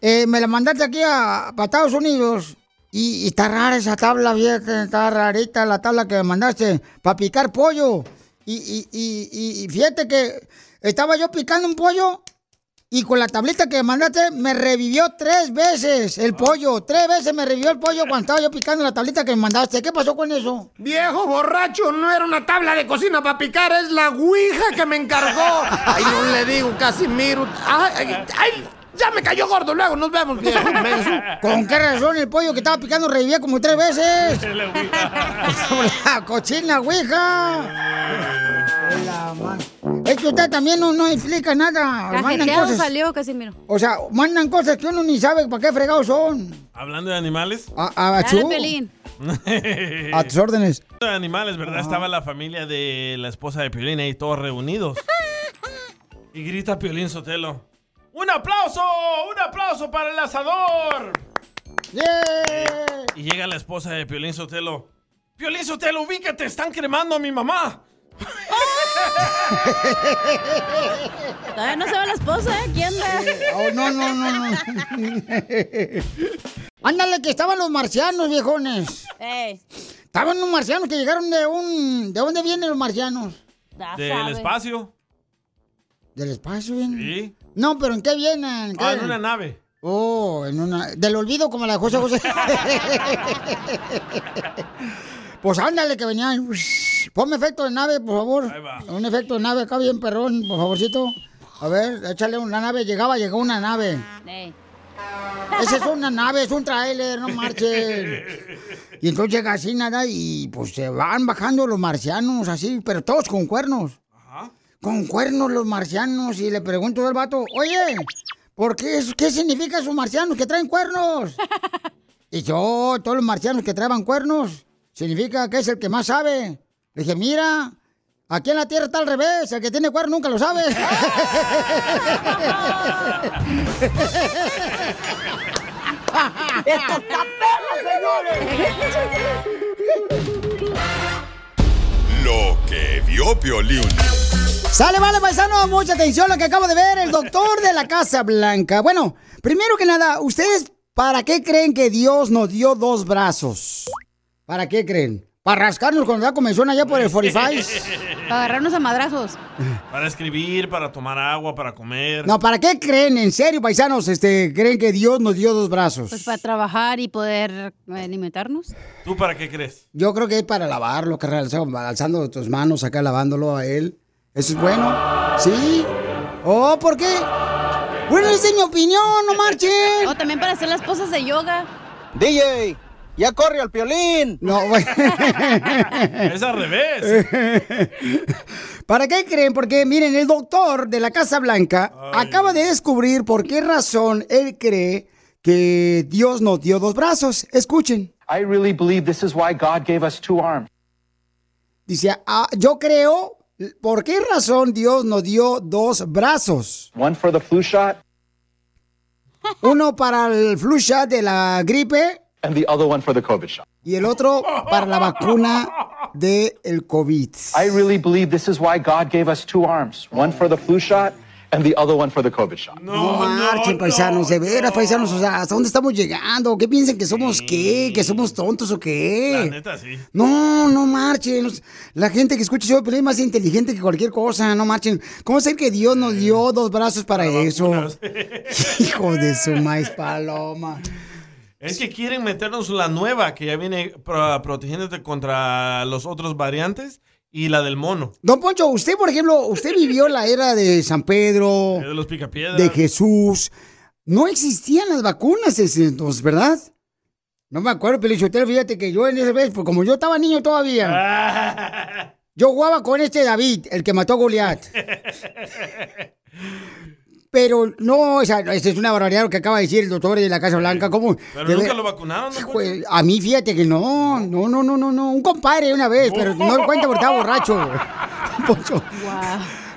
Speaker 3: eh, me la mandaste aquí a, para Estados Unidos. Y, y está rara esa tabla, fíjate, está rarita la tabla que me mandaste para picar pollo. Y, y, y, y- y fíjate que estaba yo picando un pollo y con la tablita que mandaste me revivió tres veces el pollo. Tres veces me revivió el pollo cuando estaba yo picando la tablita que me mandaste. ¿Qué pasó con eso?
Speaker 25: Viejo borracho, no era una tabla de cocina para picar, es la ouija que me encargó. Ay, no le digo, Casimiro. Ay, ay, ay, ya me cayó gordo, luego nos vemos, viejo menso.
Speaker 3: ¿Con qué razón el pollo que estaba picando revivía como tres veces? la cochina, ouija. La ma- Es que usted también no, no explica nada. Mandan
Speaker 4: Cajeteado
Speaker 3: cosas.
Speaker 4: salió, Casimiro.
Speaker 3: O sea, mandan cosas que uno ni sabe para qué fregados son.
Speaker 2: Hablando de animales.
Speaker 3: A, a,
Speaker 4: Dale,
Speaker 3: chu.
Speaker 4: Pelín.
Speaker 3: Ah, a tus órdenes. Ah.
Speaker 2: Hablando de animales, ¿verdad? Estaba la familia de la esposa de Piolín ahí todos reunidos. Y grita Piolín Sotelo. ¡Un aplauso! ¡Un aplauso para el asador! Y llega la esposa de Piolín Sotelo. Piolín Sotelo, ubícate, están cremando a mi mamá.
Speaker 4: Todavía no se va la esposa, ¿eh? ¿Quién anda?
Speaker 3: Oh, no, no, no, no. Ándale, que estaban los marcianos, viejones.
Speaker 4: Ey,
Speaker 3: Estaban unos marcianos que llegaron de un... Mm, ¿De dónde vienen los marcianos?
Speaker 4: ya
Speaker 2: Del
Speaker 4: sabes.
Speaker 2: espacio.
Speaker 3: ¿Del espacio vienen?
Speaker 2: Sí.
Speaker 3: No, pero ¿en qué vienen?
Speaker 2: Ah,
Speaker 3: ¿Qué?
Speaker 2: en una nave.
Speaker 3: Oh, en una... Del olvido como la de José José. pues ándale que venían. Ponme efecto de nave, por favor. Un efecto de nave acá bien perrón, por favorcito. A ver, échale una nave. Llegaba, llegó una nave.
Speaker 4: Ey.
Speaker 3: Esa es una nave, es un trailer, no marchen. Y entonces llega así nada y pues se van bajando los marcianos así, pero todos con cuernos. Con cuernos los marcianos y le pregunto al vato, oye, ¿por qué, es- qué significa esos marcianos que traen cuernos? Y yo, todos los marcianos que traban cuernos, significa que es el que más sabe. Le dije, mira, aquí en la Tierra está al revés, el que tiene cuerno nunca lo sabe.
Speaker 26: ¡Esta
Speaker 10: Lo que vio Piolín.
Speaker 3: Sale, vale, paisano, mucha atención lo que acabo de ver, el doctor de la Casa Blanca. Bueno, primero que nada, ¿ustedes para qué creen que Dios nos dio dos brazos? ¿Para qué creen? ¿Para rascarnos cuando ya comenzó allá por el 45?
Speaker 4: Para agarrarnos a madrazos.
Speaker 2: Para escribir, para tomar agua, para comer.
Speaker 3: No, ¿para qué creen? En serio, paisanos, este, ¿creen que Dios nos dio dos brazos?
Speaker 4: Pues para trabajar y poder eh, alimentarnos.
Speaker 2: ¿Tú para qué crees?
Speaker 3: Yo creo que es para lavarlo, carnal, o sea, alzando tus manos acá, lavándolo a él. Eso es bueno. ¿Sí? ¿Oh, por qué? Bueno, esa es mi opinión, no marchen.
Speaker 4: O también para hacer las cosas de yoga.
Speaker 17: DJ, ya corre al piolín.
Speaker 3: No, güey. Es
Speaker 2: al revés.
Speaker 3: ¿Para qué creen? Porque miren, el doctor de la Casa Blanca acaba de descubrir por qué razón él cree que Dios nos dio dos brazos. Escuchen.
Speaker 18: I really believe this is why God gave us two arms.
Speaker 3: Dice, "Ah, yo creo, ¿por qué razón Dios nos dio dos brazos?
Speaker 18: One for the flu shot
Speaker 3: Uno para el flu shot de la gripe
Speaker 18: and the other one for the COVID shot.
Speaker 3: y el otro para la vacuna del el COVID.
Speaker 18: I really believe this is why God gave us two arms. One for the flu shot and the other one for the COVID shot.
Speaker 3: No, marchen, paisanos, de veras, paisanos, o sea, ¿hasta dónde estamos llegando? ¿Qué piensan que somos qué? ¿Que somos tontos o qué?
Speaker 18: La neta, sí.
Speaker 3: No, no marchen. los- La gente que escucha yo, pero es más inteligente que cualquier cosa, no marchen. ¿Cómo ser que Dios nos dio dos brazos para eso? Eh. Hijo de su maíz paloma.
Speaker 2: Es que quieren meternos la nueva que ya viene pro- protegiéndote contra los otros variantes y la del mono.
Speaker 3: Don Poncho, usted, por ejemplo, usted vivió la era de San Pedro,
Speaker 2: De los picapiedras.
Speaker 3: de Jesús. No existían las vacunas ese entonces, ¿verdad? No me acuerdo, Pelichotero, fíjate que yo en ese vez, pues como yo estaba niño todavía, yo jugaba con este David, el que mató a Goliat. Pero no, o sea, esto es una barbaridad lo que acaba de decir el doctor de la Casa Blanca. ¿Cómo?
Speaker 2: Pero
Speaker 3: De
Speaker 2: nunca
Speaker 3: ver-
Speaker 2: lo vacunaron, ¿no?
Speaker 3: Pues, a mí, fíjate que no, no, no, no, no, no. Un compadre una vez, pero no cuenta porque estaba borracho. Poncho.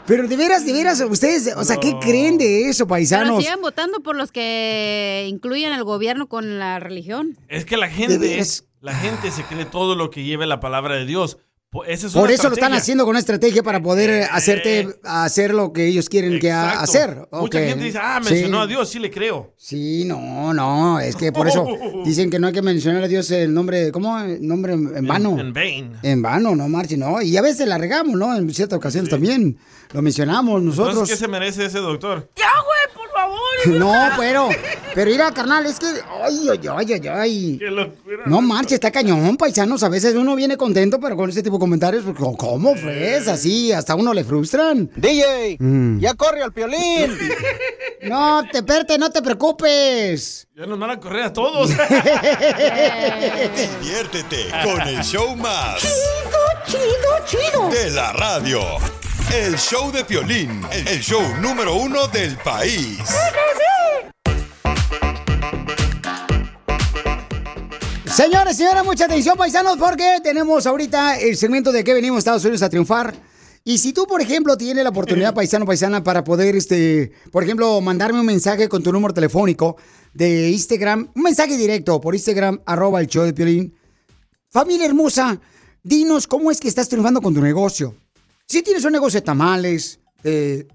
Speaker 3: Pero de veras, de veras, ustedes, o sea, ¿qué creen de eso,
Speaker 4: Pero
Speaker 3: paisanos?
Speaker 4: sigan votando por los que incluyen al gobierno con la religión.
Speaker 2: Es que la gente, la gente se cree todo lo que lleve la palabra de Dios. Po- esa es
Speaker 3: Por
Speaker 2: una
Speaker 3: eso lo están
Speaker 2: estrategia.
Speaker 3: haciendo con una estrategia para poder eh, hacerte hacer lo que ellos quieren que ha-
Speaker 2: Exacto.
Speaker 3: hacer.
Speaker 2: Mucha
Speaker 3: Ok.
Speaker 2: gente dice, ah,
Speaker 3: Sí.
Speaker 2: mencionó a Dios, sí le creo.
Speaker 3: Sí, no, no, es que por eso dicen que no hay que mencionar a Dios el nombre, ¿cómo? El nombre en en vano.
Speaker 2: En vain.
Speaker 3: En vano, no marchen, no. Y a veces la regamos, ¿no? En ciertas ocasiones también. Lo mencionamos nosotros.
Speaker 2: Entonces, ¿qué se merece ese doctor?
Speaker 3: Ya, güey, por favor. No, pero, pero mira, carnal, es que, ay, ay, ay, ay, ay. No marche, está cañón, paisanos. A veces uno viene contento, pero con ese tipo de comentarios, pues, ¿cómo fue? Así, hasta a uno le frustran. Mm.
Speaker 17: DJ, ya corre al piolín.
Speaker 3: No, te perte, no te preocupes.
Speaker 2: Ya nos van a correr a todos.
Speaker 10: Diviértete con el show más.
Speaker 3: Chido, chido, chido.
Speaker 10: De la radio. El show de Piolín, el show número uno del país.
Speaker 3: Señores, señoras, mucha atención, paisanos, porque tenemos ahorita el segmento de que venimos a Estados Unidos a triunfar. Y si tú, por ejemplo, tienes la oportunidad, paisano, paisana, para poder, este, por ejemplo, mandarme un mensaje con tu número telefónico de Instagram, un mensaje directo por Instagram, arroba el show de Piolín. Familia hermosa, dinos cómo es que estás triunfando con tu negocio. Si tienes un negocio de tamales, de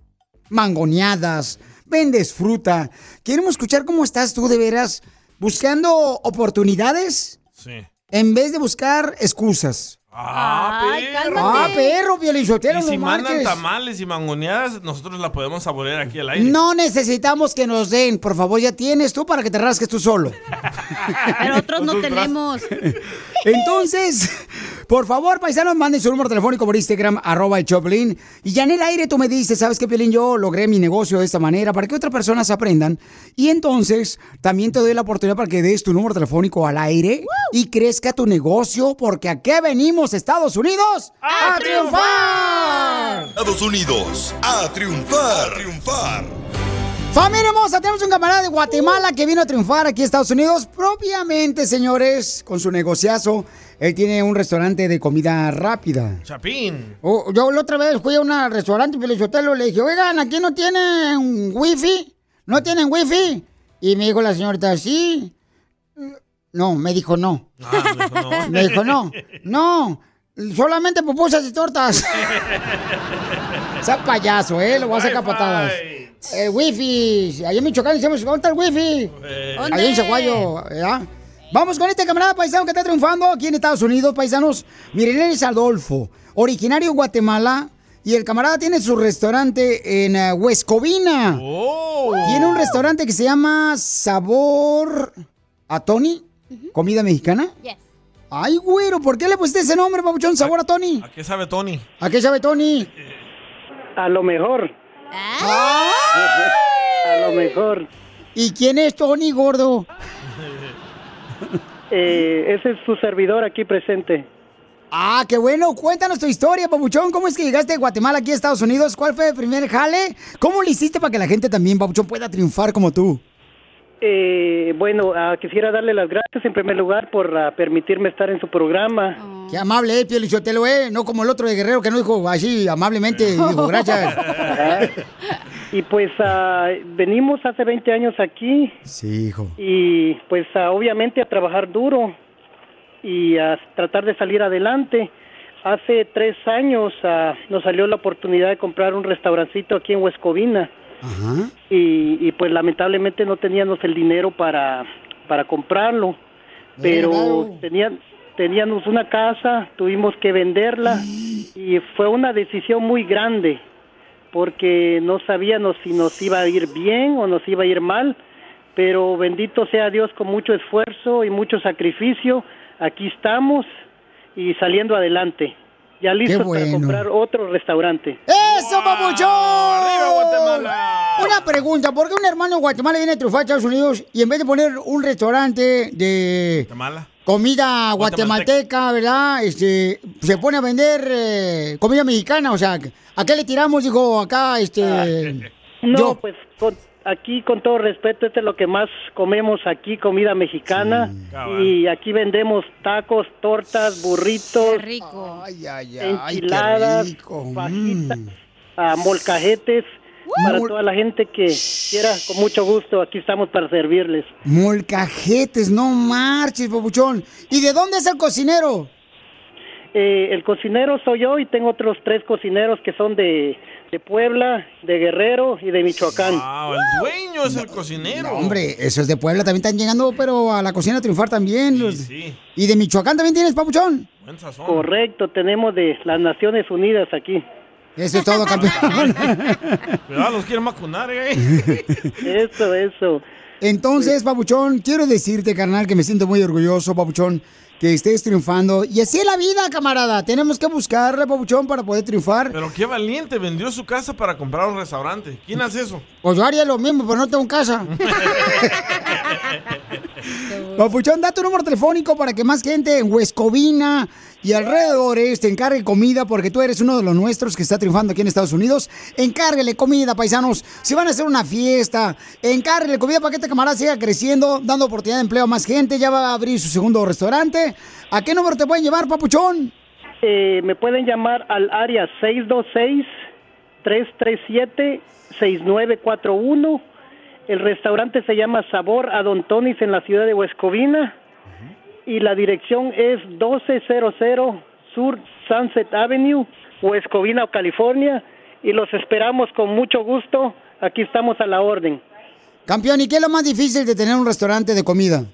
Speaker 3: mangoneadas, vendes fruta, queremos escuchar cómo estás tú de veras buscando oportunidades
Speaker 2: Sí.
Speaker 3: en vez de buscar excusas.
Speaker 2: Ah, perro.
Speaker 3: Ah, perro, violichotero,
Speaker 2: Y si
Speaker 3: no
Speaker 2: mandan
Speaker 3: marches.
Speaker 2: tamales y mangoneadas, nosotros la podemos saborear aquí al aire.
Speaker 3: No necesitamos que nos den, por favor, ya tienes tú para que te rasques tú solo.
Speaker 4: Pero otros no tenemos.
Speaker 3: Entonces, por favor, paisanos, manden su número telefónico por Instagram, arroba el Choplin. Y ya en el aire tú me dices, ¿sabes qué, Piolín? Yo logré mi negocio de esta manera para que otras personas aprendan. Y entonces, también te doy la oportunidad para que des tu número telefónico al aire y crezca tu negocio, porque ¿a qué venimos, Estados Unidos? ¡A triunfar!
Speaker 10: Estados Unidos, a triunfar, a triunfar.
Speaker 3: Familia hermosa, tenemos un camarada de Guatemala que vino a triunfar aquí a Estados Unidos propiamente, señores, con su negociazo. Él tiene un restaurante de comida rápida.
Speaker 2: Chapín.
Speaker 3: O- yo la otra vez fui a un restaurante, Pelichotelo, le dije, oigan, aquí no tienen wifi, no tienen wifi. Y me dijo la señorita, sí. No, me dijo no. Ah, Me dijo no, no, solamente pupusas y tortas. Sea payaso, eh, lo voy a sacar a patadas. Eh, wifi, allá en Michoacán decimos, ¿dónde está el wifi?
Speaker 20: ¿Dónde?
Speaker 3: Allá en Chaguayo, ¿verdad? Vamos con este camarada paisano que está triunfando aquí en Estados Unidos, paisanos. Miren, él es Adolfo, originario de Guatemala. Y el camarada tiene su restaurante en eh, Huescovina. Tiene un restaurante que se llama Sabor a Tony, comida mexicana. Ay, güero, ¿por qué le pusiste ese nombre, papuchón? Sabor a Tony.
Speaker 2: ¿Qué sabe Tony?
Speaker 3: ¿A qué sabe Tony?
Speaker 20: A lo mejor.
Speaker 3: A
Speaker 20: lo mejor.
Speaker 3: ¿Y quién es Tony, gordo?
Speaker 20: Eh, ese es su servidor aquí presente.
Speaker 3: Ah, qué bueno. Cuéntanos tu historia, Papuchón. ¿Cómo es que llegaste de Guatemala aquí a Estados Unidos? ¿Cuál fue el primer jale? ¿Cómo le hiciste para que la gente también, Papuchón, pueda triunfar como tú?
Speaker 20: Eh, bueno, ah, quisiera darle las gracias en primer lugar por ah, permitirme estar en su programa.
Speaker 3: Qué amable, eh, Pio Lichotelo, eh. No como el otro de Guerrero que no dijo así amablemente, dijo gracias.
Speaker 20: Y pues ah, venimos hace 20 años aquí
Speaker 3: Sí, hijo.
Speaker 20: y pues ah, obviamente a trabajar duro y a tratar de salir adelante. Hace tres años ah, nos salió la oportunidad de comprar un restaurancito aquí en Huescovina y, y, pues lamentablemente no teníamos el dinero para, para comprarlo, pero
Speaker 22: claro.
Speaker 20: tenían, teníamos una casa, tuvimos que venderla y fue una decisión muy grande porque no sabíamos si nos iba a ir bien o nos iba a ir mal, pero bendito sea Dios con mucho esfuerzo y mucho sacrificio, aquí estamos y saliendo adelante. Ya listos para comprar otro restaurante.
Speaker 3: ¡Eso, papuchón! ¡Arriba, Guatemala! Una pregunta, ¿por qué un hermano de Guatemala viene a triunfar a Estados Unidos y en vez de poner un restaurante de comida guatemalteca, verdad? Este, se pone a vender eh, comida mexicana, o sea, ¿a qué le tiramos? Dijo acá, este...
Speaker 20: No,
Speaker 3: yo.
Speaker 20: pues con- aquí con todo respeto, este es lo que más comemos aquí, comida mexicana.
Speaker 2: Ah,
Speaker 19: Cabal.
Speaker 20: Y aquí vendemos tacos, tortas, burritos,
Speaker 19: rico. Ay, ay, Mm.
Speaker 20: enchiladas, fajitas, ah, molcajetes. Para toda la gente que quiera, con mucho gusto, aquí estamos para servirles.
Speaker 3: Molcajetes, no marches, papuchón. ¿Y de dónde es el cocinero?
Speaker 20: Eh, el cocinero soy yo y tengo otros tres cocineros que son de, de Puebla, de Guerrero y de Michoacán.
Speaker 2: el dueño es el cocinero.
Speaker 3: Hombre, esos de Puebla también están llegando, pero a la cocina a triunfar también. los- ¿Y de Michoacán también tienes, papuchón?
Speaker 20: Correcto, tenemos de las Naciones Unidas aquí.
Speaker 3: Eso es todo, campeón.
Speaker 2: Cuidado, los quieren vacunar, ¿eh?
Speaker 20: eso, eso.
Speaker 3: Entonces, Papuchón, quiero decirte, carnal, que me siento muy orgulloso, Papuchón, que estés triunfando. Y así es la vida, camarada. Tenemos que buscarle, Papuchón, para poder triunfar.
Speaker 2: Pero qué valiente, vendió su casa para comprar un restaurante. ¿Quién hace eso?
Speaker 3: O Pues yo haría lo mismo, pero no tengo casa. Papuchón, da tu número telefónico para que más gente en Huescovina y alrededores te encargue comida, porque tú eres uno de los nuestros que está triunfando aquí en Estados Unidos. Encárguele comida, paisanos. Si van a hacer una fiesta, encárguele comida para que este camarada siga creciendo, dando oportunidad de empleo a más gente. Ya va a abrir su segundo restaurante. ¿A qué número te pueden llevar, Papuchón?
Speaker 20: Eh, me pueden llamar al área 626-337-6941. El restaurante se llama Sabor a Don Tonis en la ciudad de Huescovina. Y la dirección es 1200 Sur Sunset Avenue, Huescovina, California. Y los esperamos con mucho gusto. Aquí estamos a la orden.
Speaker 3: Campeón, ¿y qué es lo más difícil de tener un restaurante de comida?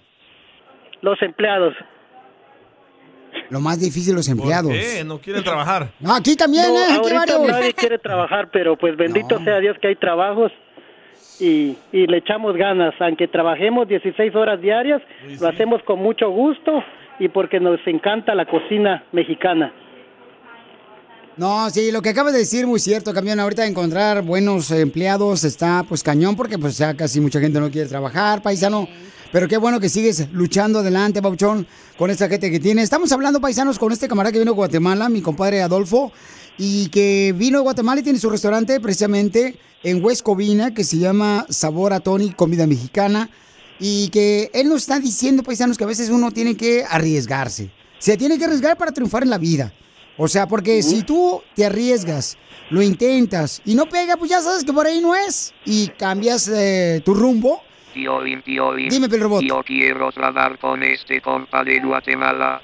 Speaker 20: Los empleados.
Speaker 3: Lo más difícil, los empleados.
Speaker 2: ¿Qué? Eh, No quieren trabajar.
Speaker 3: No, aquí también,
Speaker 20: No,
Speaker 3: ¿eh? Aquí
Speaker 20: ahorita
Speaker 3: varios.
Speaker 20: nadie quiere trabajar, pero pues bendito sea Dios que hay trabajos y, y le echamos ganas. Aunque trabajemos 16 horas diarias, lo hacemos con mucho gusto y porque nos encanta la cocina mexicana.
Speaker 3: No, sí, lo que acabas de decir, muy cierto, campeón. Ahorita encontrar buenos empleados está pues cañón porque pues ya casi mucha gente no quiere trabajar, paisano. Pero qué bueno que sigues luchando adelante, Pauchón, con esta gente que tiene. Estamos hablando, paisanos, con este camarada que vino de Guatemala, mi compadre Adolfo, y que vino de Guatemala y tiene su restaurante precisamente en Huescovina, que se llama Sabor a Tony, comida mexicana, y que él nos está diciendo, paisanos, que a veces uno tiene que arriesgarse. Se tiene que arriesgar para triunfar en la vida. O sea, porque si tú te arriesgas, lo intentas y no pega, pues ya sabes que por ahí no es. Y cambias eh, tu rumbo.
Speaker 21: Tío Bim, tío Bim.
Speaker 3: Dime, pelirroboto.
Speaker 21: Yo quiero trabajar con este compa de Guatemala.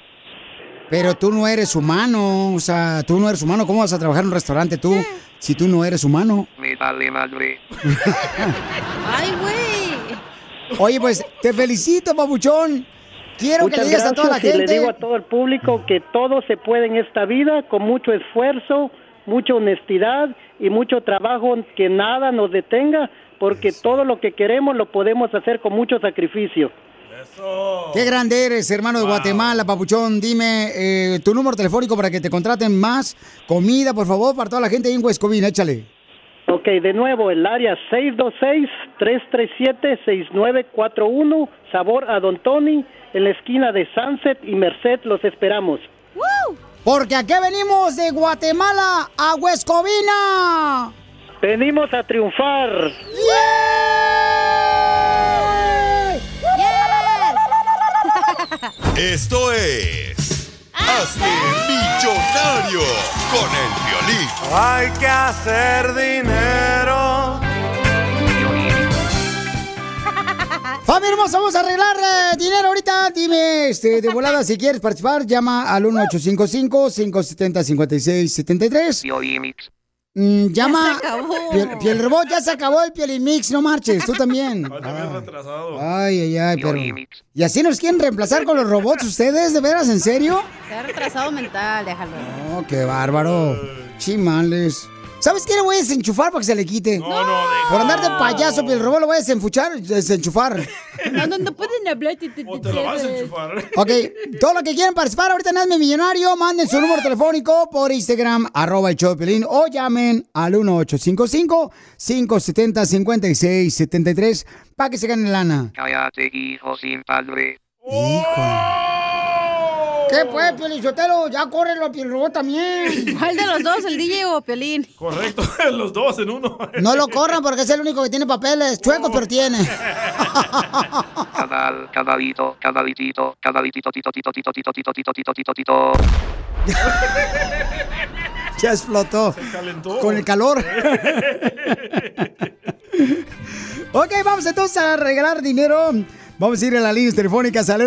Speaker 3: Pero tú no eres humano. O sea, tú no eres humano. ¿Cómo vas a trabajar en un restaurante tú si tú no eres humano?
Speaker 21: Me vale madre.
Speaker 4: ¡Ay, güey!
Speaker 3: Oye, pues te felicito, papuchón. Quiero que
Speaker 20: Muchas
Speaker 3: le digas a toda la
Speaker 20: gracias y
Speaker 3: gente.
Speaker 20: le digo a todo el público que todo se puede en esta vida con mucho esfuerzo, mucha honestidad y mucho trabajo, que nada nos detenga, porque todo lo que queremos lo podemos hacer con mucho sacrificio.
Speaker 3: Qué grande eres, hermano de Guatemala, papuchón. Dime eh, tu número telefónico para que te contraten más comida, por favor, para toda la gente ahí en Huescovina. Échale.
Speaker 20: Ok, de nuevo, el área 626-337-6941, sabor a Don Tony, en la esquina de Sunset y Merced, los esperamos.
Speaker 3: Porque aquí venimos de Guatemala a Huescovina.
Speaker 20: Venimos a triunfar.
Speaker 3: ¡Yeah!
Speaker 10: Esto es. Hazte millonario con el violín.
Speaker 22: Hay que hacer dinero.
Speaker 3: Familia hermosa, vamos a arreglar eh, dinero ahorita. Dime, este, de volada, si quieres participar, llama al 1855-570-5673.
Speaker 21: Bioimix.
Speaker 3: Mm, llama.
Speaker 21: se acabó.
Speaker 3: Piel, Piel Robot, ya se acabó el Piel Mix, no marches, tú también. Ay, ay, ay, pero. ¿Y así nos quieren reemplazar con los robots ustedes? ¿De veras? ¿En serio?
Speaker 4: Está retrasado mental, déjalo.
Speaker 3: Oh, qué bárbaro. Chimales. ¿Sabes qué? Le voy a desenchufar para que se le quite.
Speaker 4: no, deja.
Speaker 3: Por andar de payaso, Piel Robot, lo voy a desenfuchar, desenchufar.
Speaker 4: No, no, no pueden hablar. O
Speaker 2: te lo vas a enchufar.
Speaker 3: Ok, todo lo que quieran participar ahorita en Hazme Millonario, manden su número telefónico por Instagram, arroba el show de Piolín, o llamen al 1855-570-5673 para que se gane lana.
Speaker 21: Cállate, hijo sin padre.
Speaker 3: ¿Qué pues, Piolín Sotelo? Ya corre lo Piolín Robot también.
Speaker 4: ¿Cuál de los dos, el DJ o Piolín?
Speaker 2: Correcto, los dos en uno.
Speaker 3: No lo corran porque es el único que tiene papeles. Chuecos, pero tiene.
Speaker 21: Cabal, cabalito, cabalitito, cabalitito, tito, tito, tito, tito, tito, tito, tito, tito, tito.
Speaker 3: Ya explotó.
Speaker 21: calentó.
Speaker 3: Con el calor. ok, vamos entonces a regalar dinero. Vamos a ir a las líneas telefónicas al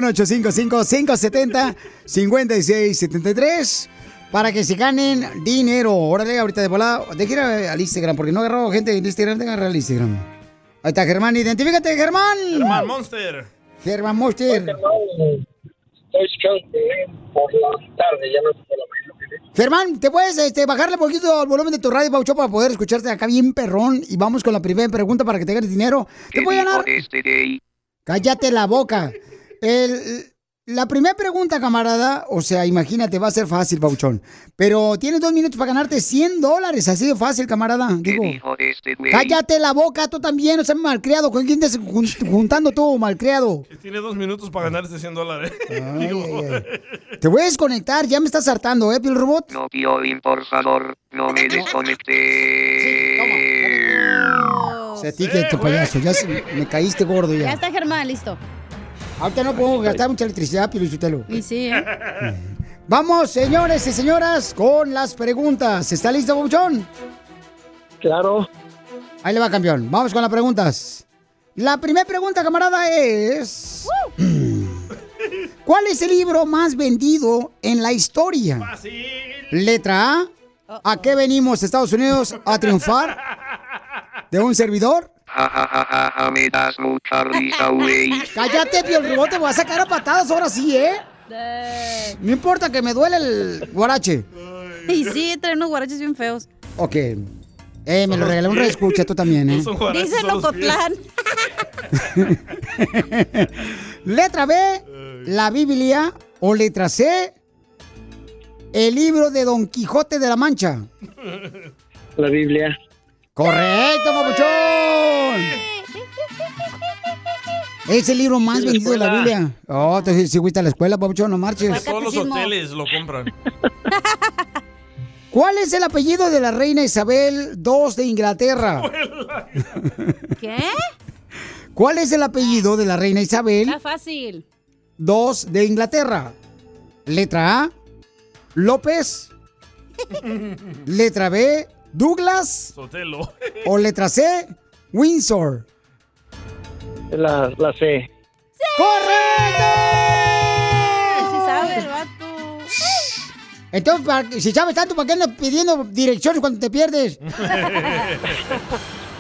Speaker 3: 1-855-570-5673 para que se ganen dinero. Órale, ahorita de volada. Deja ir a- al Instagram porque no agarró gente en Instagram. Deja agarrar al Instagram. Ahí está Germán. Identifícate, Germán.
Speaker 2: Germán Monster.
Speaker 3: Germán Monster.
Speaker 15: Estoy chonte por la tarde, ya no sé por la mañana.
Speaker 3: Germán, ¿te puedes este, bajarle un poquito el volumen de tu radio, Paucho, para poder escucharte acá bien perrón? Y vamos con la primera pregunta para que te ganes dinero. ¿Te
Speaker 21: ¿Qué
Speaker 3: puede
Speaker 21: dijo
Speaker 3: ganar?
Speaker 21: este gay?
Speaker 3: Cállate la boca. El- la primera pregunta, camarada, o sea, imagínate, va a ser fácil, Pauchón. Pero tienes dos minutos para ganarte 100 dólares, así de fácil, camarada.
Speaker 21: ¿Qué
Speaker 3: Digo,
Speaker 21: dijo este güey?
Speaker 3: cállate la boca, tú también, no seas malcriado. ¿Con quién te estás jun- juntando tú, malcriado?
Speaker 2: Tiene dos minutos para ganarse 100 dólares. Digo,
Speaker 3: Te voy a desconectar, ya me estás hartando, ¿eh, Pil Robot?
Speaker 21: No, Piolín, por favor, no me desconecte.
Speaker 3: O sea, a ti que tu payaso, ya se- me caíste gordo
Speaker 4: Ya
Speaker 3: ya.
Speaker 4: está Germán, listo.
Speaker 3: Ahorita no podemos gastar mucha electricidad, Pio Lizotelo.
Speaker 4: Y sí, ¿eh?
Speaker 3: Vamos, señores y señoras, con las preguntas. ¿Está listo, Bouchón? Claro. Ahí le va, campeón. Vamos con las preguntas. La primera pregunta, camarada, es... ¿Cuál es el libro más vendido en la historia? Letra A. ¿A qué venimos, Estados Unidos, a triunfar? ¿De un servidor?
Speaker 21: Ja, ja, ja, ja, ja, me das mucha risa, güey.
Speaker 3: Cállate, Pio Robot, te voy a sacar a patadas ahora sí, ¿eh? No importa que me duele el guarache.
Speaker 4: Y sí, traen unos guaraches bien feos.
Speaker 3: Ok. Eh, me lo regaló un reescucha tú también, ¿eh?
Speaker 4: Dice Locotlán.
Speaker 3: letra B, la Biblia. O letra C, el libro de Don Quijote de la Mancha.
Speaker 15: La Biblia.
Speaker 3: Correcto, papuchón. Es el libro más
Speaker 2: Sí, la
Speaker 3: vendido de la
Speaker 2: escuela.
Speaker 3: Biblia. Oh, entonces si fuiste a la escuela, papuchón, no marches.
Speaker 2: Todos los hoteles lo compran.
Speaker 3: ¿Cuál es el apellido de la reina Isabel II de Inglaterra? Ah.
Speaker 4: ¿Qué?
Speaker 3: ¿Cuál es el apellido de la reina Isabel
Speaker 4: Está fácil.
Speaker 3: Dos de Inglaterra. Letra A, López. Letra B, Douglas.
Speaker 2: Sotelo.
Speaker 3: O letra C, Windsor.
Speaker 15: La, la C.
Speaker 4: Sí sabe el vato.
Speaker 3: Entonces, para que- si sabes tanto, ¿para qué andas pidiendo direcciones cuando te pierdes?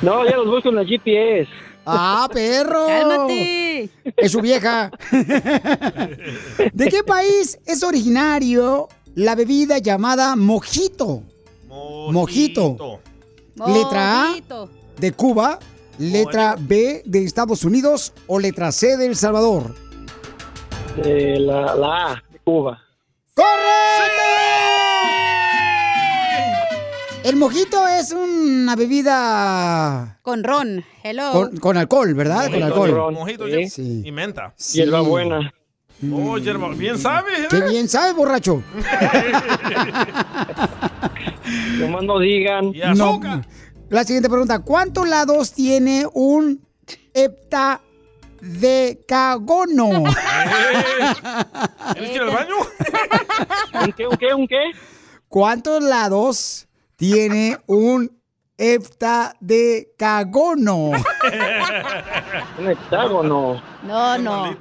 Speaker 15: No, ya los busco en la GPS.
Speaker 3: ¡Ah, perro!
Speaker 4: Cálmate.
Speaker 3: Es su vieja. ¿De qué país es originario la bebida llamada mojito? Mojito. Letra A
Speaker 4: Mojito.
Speaker 3: de Cuba, letra B de Estados Unidos o letra C de El Salvador.
Speaker 15: Eh, la, la A de Cuba.
Speaker 3: El mojito es una bebida
Speaker 4: Con ron. Hello.
Speaker 3: con, con alcohol, ¿verdad? con
Speaker 2: Mojito,
Speaker 3: alcohol.
Speaker 2: Mojito
Speaker 3: Sí.
Speaker 2: ya- y menta.
Speaker 3: Sí. Hierbabuena.
Speaker 2: Oh, hierba. Bien sabes, ¿eh?
Speaker 3: Qué bien sabes, borracho.
Speaker 15: Nomás no digan.
Speaker 3: No. La siguiente pregunta, ¿cuántos lados tiene un hepta de cagono.
Speaker 2: ¿Tienes que ir al baño?
Speaker 3: ¿Un qué, un qué, un qué? ¿Cuántos lados tiene un heptadecagono?
Speaker 5: ¿Un hexágono?
Speaker 4: No, no.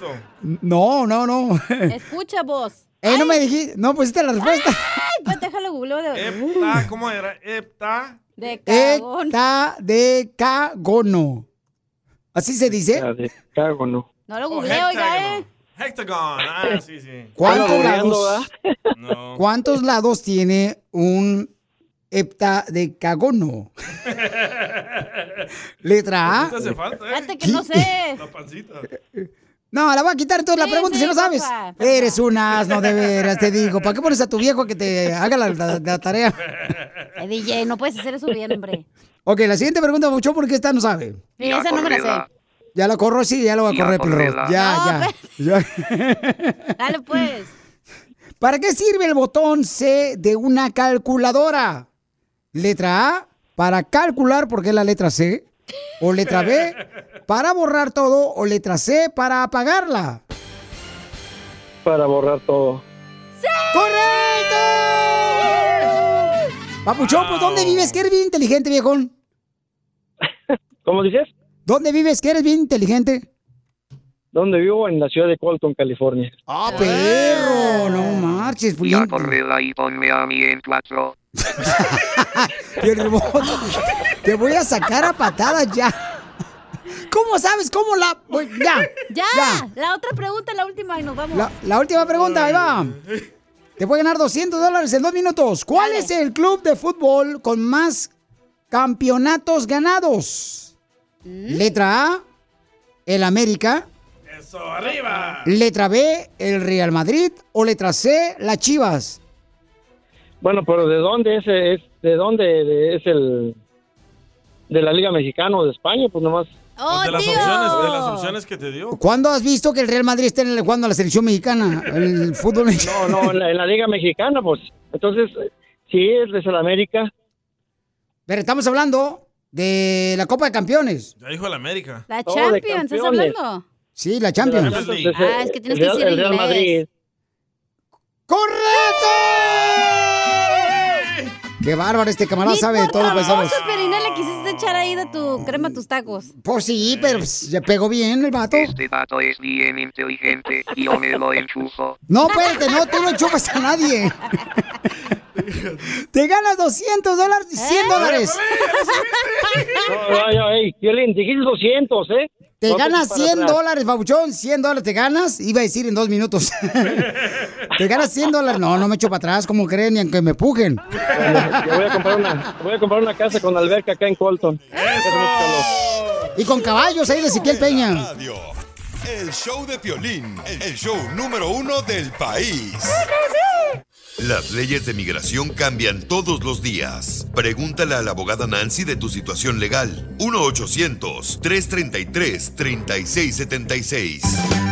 Speaker 3: No, no, no.
Speaker 4: Escucha vos.
Speaker 3: Eh, no me dijiste, no pusiste la respuesta.
Speaker 4: Ay, pues déjalo googleo de...
Speaker 2: Hepta, ¿Cómo era? Eh, Hepta.
Speaker 4: De cagón.
Speaker 3: Heptadecagono. ¿Así se dice?
Speaker 5: Hexágono.
Speaker 4: No lo
Speaker 2: Oh,
Speaker 4: googleo, oiga, eh.
Speaker 2: hexágono. Hectagon. Ah, sí, sí.
Speaker 3: ¿Cuántos lados, ¿Cuántos lados tiene un heptadecagono? Letra A.
Speaker 2: Esto hace falta, ¿eh?
Speaker 4: Fíjate que no sé.
Speaker 2: La pancita.
Speaker 3: No, la voy a quitar toda la
Speaker 4: Sí,
Speaker 3: pregunta
Speaker 4: sí,
Speaker 3: si no sabes.
Speaker 4: porfa,
Speaker 3: Eres un asno, de veras, te digo. ¿Para qué pones a tu viejo que te haga la, la- la tarea?
Speaker 4: Eh, DJ, no puedes hacer eso bien, hombre.
Speaker 3: Ok, la siguiente pregunta, Bucho, porque esta no sabe.
Speaker 4: Sí, esa no me la
Speaker 3: Ya la corro, sí, ya la voy a
Speaker 4: Ya,
Speaker 3: correr, pero
Speaker 4: córrela.
Speaker 3: ya,
Speaker 4: pues.
Speaker 3: ya, ya.
Speaker 4: sé. Dale, pues.
Speaker 3: ¿Para qué sirve el botón C de una calculadora? Letra A, para calcular, porque es la letra C. O letra B, para borrar todo. O letra C, para apagarla.
Speaker 15: Para borrar todo.
Speaker 3: ¡Correcto! Papuchón, pues ¿dónde vives? Que eres bien inteligente, viejón.
Speaker 15: ¿Cómo dices?
Speaker 3: ¿Dónde vives? Que eres bien inteligente.
Speaker 15: ¿Dónde vivo? En la ciudad de Colton, California. pues.
Speaker 3: ¡Ah, perro! No marches, pues,
Speaker 21: Ya
Speaker 3: bien-
Speaker 21: correla y ponme a mí en cuatro.
Speaker 3: Pioliboto, Te voy a sacar a patadas ya. ¿Cómo sabes cómo la.? voy- Ya.
Speaker 4: Ya, la otra pregunta, la última y nos vamos.
Speaker 3: La, la última pregunta, ahí va. Te puede ganar 200 dólares en dos minutos. ¿Cuál es el club de fútbol con más campeonatos ganados? Letra A, el América.
Speaker 2: Eso, arriba.
Speaker 3: Letra B, el Real Madrid. O letra C, las Chivas.
Speaker 15: Bueno, pero ¿de dónde es, es de dónde es el de la Liga Mexicana o de España? Pues nomás.
Speaker 4: Oh,
Speaker 2: de las opciones, de las opciones que te dio.
Speaker 3: ¿Cuándo has visto que el Real Madrid está en el- jugando a la selección mexicana? El fútbol mexicano.
Speaker 15: No, no, en la, en la Liga Mexicana, pues. Entonces, sí es de el América.
Speaker 3: Pero estamos hablando de la Copa de Campeones.
Speaker 2: Ya dijo el América.
Speaker 4: La
Speaker 3: Oh, de
Speaker 4: Champions, ¿estás
Speaker 3: campeones.
Speaker 4: hablando?
Speaker 3: Sí, la Champions.
Speaker 2: Entonces,
Speaker 4: Ah, es que tienes que decir en inglés.
Speaker 3: Qué bárbaro este camarada, sabe de todo, paisanos.
Speaker 4: Vos, Perinela, quisiste echar ahí de tu crema a tus tacos.
Speaker 3: Pues sí, pero pues, se pegó bien el vato.
Speaker 21: Este dato es bien inteligente y yo me lo enchufo.
Speaker 3: No, espérate, no, tú no chupas a nadie. Te ganas 200 dólares,
Speaker 4: ¿Eh?
Speaker 3: 100 dólares.
Speaker 15: No, no, no, ey, Piolín, dijiste 200, ¿eh?
Speaker 3: Te
Speaker 15: No
Speaker 3: ganas
Speaker 15: eches para
Speaker 3: 100
Speaker 15: atrás.
Speaker 3: dólares, babuchón, 100 dólares te ganas. Iba a decir en dos minutos. te ganas 100 dólares. No, no me echo para atrás, como creen, ni aunque me pujen.
Speaker 15: Yo voy a comprar una, voy a comprar una casa con alberca acá en Colton.
Speaker 3: Y con caballos ahí de Siquiel Peña.
Speaker 10: El show de Piolín, el show número uno del país. Las leyes de migración cambian todos los días. Pregúntale a la abogada Nancy de tu situación legal. 1-800-333-3676.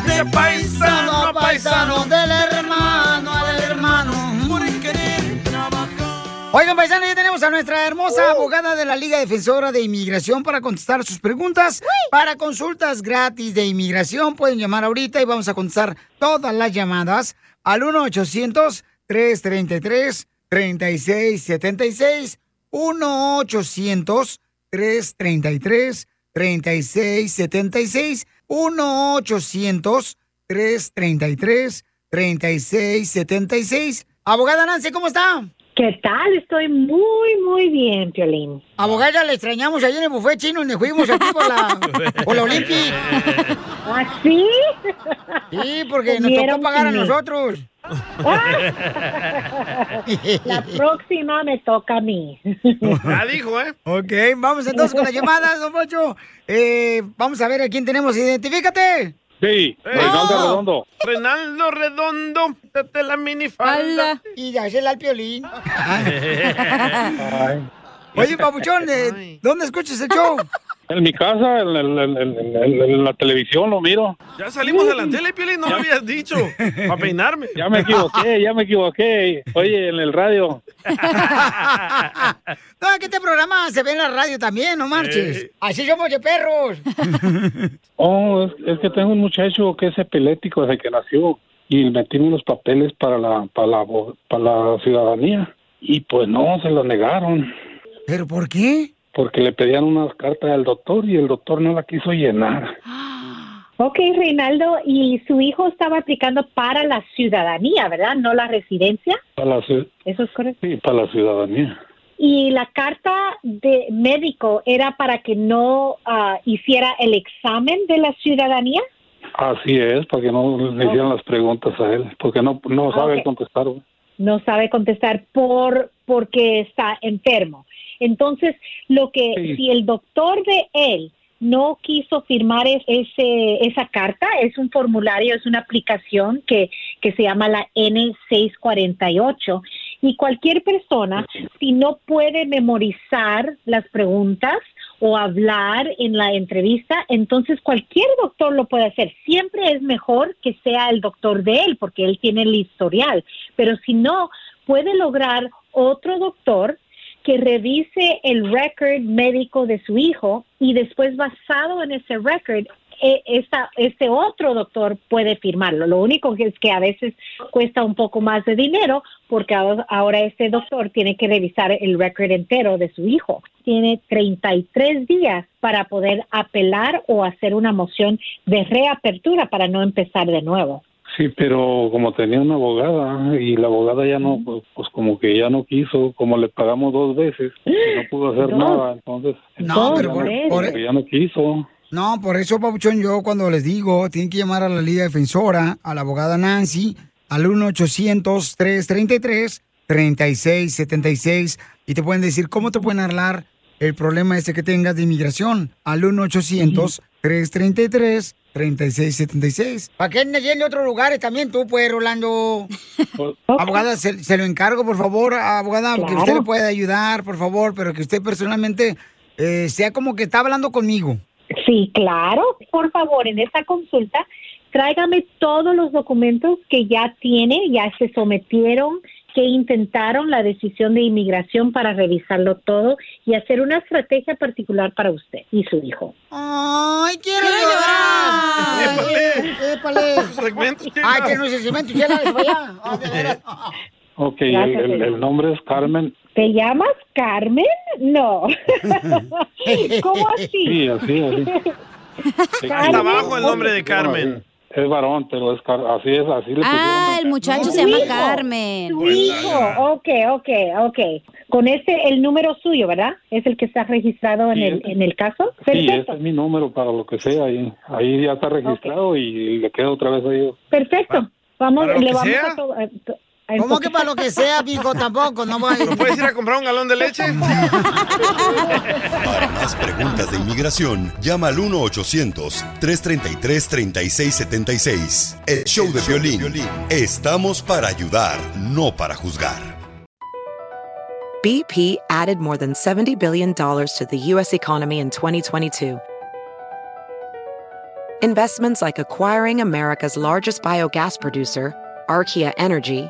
Speaker 11: De
Speaker 22: paisano a paisano,
Speaker 3: del hermano al hermano.
Speaker 11: Por querer
Speaker 3: Oigan, paisanos, ya tenemos a nuestra hermosa abogada de la Liga Defensora de Inmigración para contestar sus preguntas. Para consultas gratis de inmigración pueden llamar ahorita y vamos a contestar todas las llamadas al 1-800-333-3676. 1-800-333-3676. 1-800-333-3676. Abogada Nancy, ¿cómo está?
Speaker 1: ¿Qué tal? Estoy muy, muy bien, Piolín.
Speaker 3: Abogada, le extrañamos ayer en el buffet chino donde fuimos aquí por la, por la Olimpi.
Speaker 1: ¿Ah, sí?
Speaker 3: Sí, porque nos tocó
Speaker 1: Comieron
Speaker 3: pagar a
Speaker 1: sin mí.
Speaker 3: nosotros.
Speaker 8: Ah,
Speaker 1: La próxima me toca a mí.
Speaker 3: Ya dijo, ¿eh? Ok, vamos entonces con las llamadas, don Pocho. Eh, vamos a ver a quién tenemos. Identifícate.
Speaker 15: Sí,
Speaker 3: Reinaldo No. Redondo.
Speaker 2: Reinaldo Redondo, date la minifalda.
Speaker 3: Y ya se la al piolín. Oye, papuchón, ¿de ¿dónde eh, escuchas el show?
Speaker 15: En mi casa, en, el- en- en- en- en la televisión lo miro.
Speaker 2: Ya salimos de la tele, Piolín, no me habías dicho. Para peinarme.
Speaker 15: Mm. Ya me equivoqué, ya me equivoqué. Oye, en el radio.
Speaker 3: No, es que este programa se ve en la radio también, no marches.
Speaker 15: Sí.
Speaker 3: Así somos de perros.
Speaker 15: Oh, es, es que tengo un muchacho que es epilético desde que nació y metimos los papeles para la, para la, vo- para la ciudadanía y pues no, se los negaron.
Speaker 3: ¿Pero por qué?
Speaker 15: Porque le pedían unas cartas al doctor y el doctor no la quiso llenar.
Speaker 1: Ok, Reinaldo, y su hijo estaba aplicando para la ciudadanía, ¿verdad? No la residencia.
Speaker 15: Para la, ci-
Speaker 1: Eso es correcto.
Speaker 15: sí, para la ciudadanía.
Speaker 1: Y la carta de médico era para que no ah, hiciera el examen de la ciudadanía.
Speaker 15: Así es, para que no le hicieran las preguntas a él, porque no, no
Speaker 1: Ah,
Speaker 15: sabe
Speaker 1: ok.
Speaker 15: contestar. güey.
Speaker 1: no sabe contestar por porque está enfermo. Entonces, lo que
Speaker 15: Sí.
Speaker 1: si el doctor de él no quiso firmar es- ese, esa carta, es un formulario, es una aplicación que, que se llama la N648 y cualquier persona, si no puede memorizar las preguntas o hablar en la entrevista, entonces cualquier doctor lo puede hacer. Siempre es mejor que sea el doctor de él, porque él tiene el historial. Pero si no, puede lograr otro doctor que revise el récord médico de su hijo y después basado en ese récord e- esta, este otro doctor puede firmarlo. Lo único que es que a veces cuesta un poco más de dinero porque ahora ahora este doctor tiene que revisar el récord entero de su hijo. Tiene 33 días para poder apelar o hacer una moción de reapertura para no empezar de nuevo.
Speaker 15: Sí, pero como tenía una abogada y la abogada ya no, pues, pues como que ya no quiso, como le pagamos dos veces, y
Speaker 1: ¡Eh!
Speaker 15: no pudo hacer
Speaker 3: Dos.
Speaker 15: nada, entonces
Speaker 3: No, pero
Speaker 15: entonces ya
Speaker 3: por-
Speaker 15: no-
Speaker 3: por-
Speaker 15: como que ya no quiso.
Speaker 3: No, por eso, Papuchón, yo cuando les digo, tienen que llamar a la Liga Defensora, a la abogada Nancy, al 1-800-333-3676 y te pueden decir cómo te pueden arreglar el problema este que tengas de inmigración al 1-800-333-3676. ¿Para qué andas yendo a otros lugares también tú, pues, Rolando? Abogada, se, se lo encargo, por favor, abogada, que usted
Speaker 1: Claro.
Speaker 3: le pueda ayudar, por favor, pero que usted personalmente eh, sea como que está hablando conmigo.
Speaker 1: Sí, claro. Por favor, en esta consulta, tráigame todos los documentos que ya tiene, ya se sometieron, que intentaron la decisión de inmigración para revisarlo todo y hacer una estrategia particular para usted y su hijo.
Speaker 3: ¡Ay, quiero llorar! ¡Épale! ¡Ay, que no es el segmento! ¡Ya la desmayá!
Speaker 15: Ok, el, el- el nombre es Carmen.
Speaker 1: ¿Te llamas Carmen? No. ¿Cómo así?
Speaker 15: Sí, así, así.
Speaker 1: Carmen.
Speaker 2: abajo el nombre de Carmen.
Speaker 15: Es varón, pero es Car- así es, así le
Speaker 4: Ah, el muchacho
Speaker 1: No,
Speaker 4: se llama
Speaker 1: hijo.
Speaker 4: Carmen.
Speaker 1: Su hijo. Ok, ok, ok. Con este, el número suyo, ¿verdad? Es el que está registrado en el, en el caso.
Speaker 15: pusieron. Sí,
Speaker 1: Perfecto.
Speaker 15: ese es mi número para lo que sea, ahí, ahí ya está registrado y le queda otra vez a ellos.
Speaker 1: Perfecto. Vamos,
Speaker 15: para lo
Speaker 1: le
Speaker 15: que
Speaker 1: vamos
Speaker 15: sea.
Speaker 1: a to- a to- a
Speaker 3: ¿Cómo que
Speaker 1: enfocar-
Speaker 3: para lo que sea, pico? Tampoco, no voy
Speaker 2: ¿No puedes ir a comprar un galón de leche?
Speaker 10: Para más preguntas de inmigración, llama al 1-800-333-3676. El show de violín. Estamos para ayudar, no para juzgar.
Speaker 24: BP added more than $70 billion to the U.S. economy in 2022. Investments like acquiring America's largest biogas producer, Archaea Energy,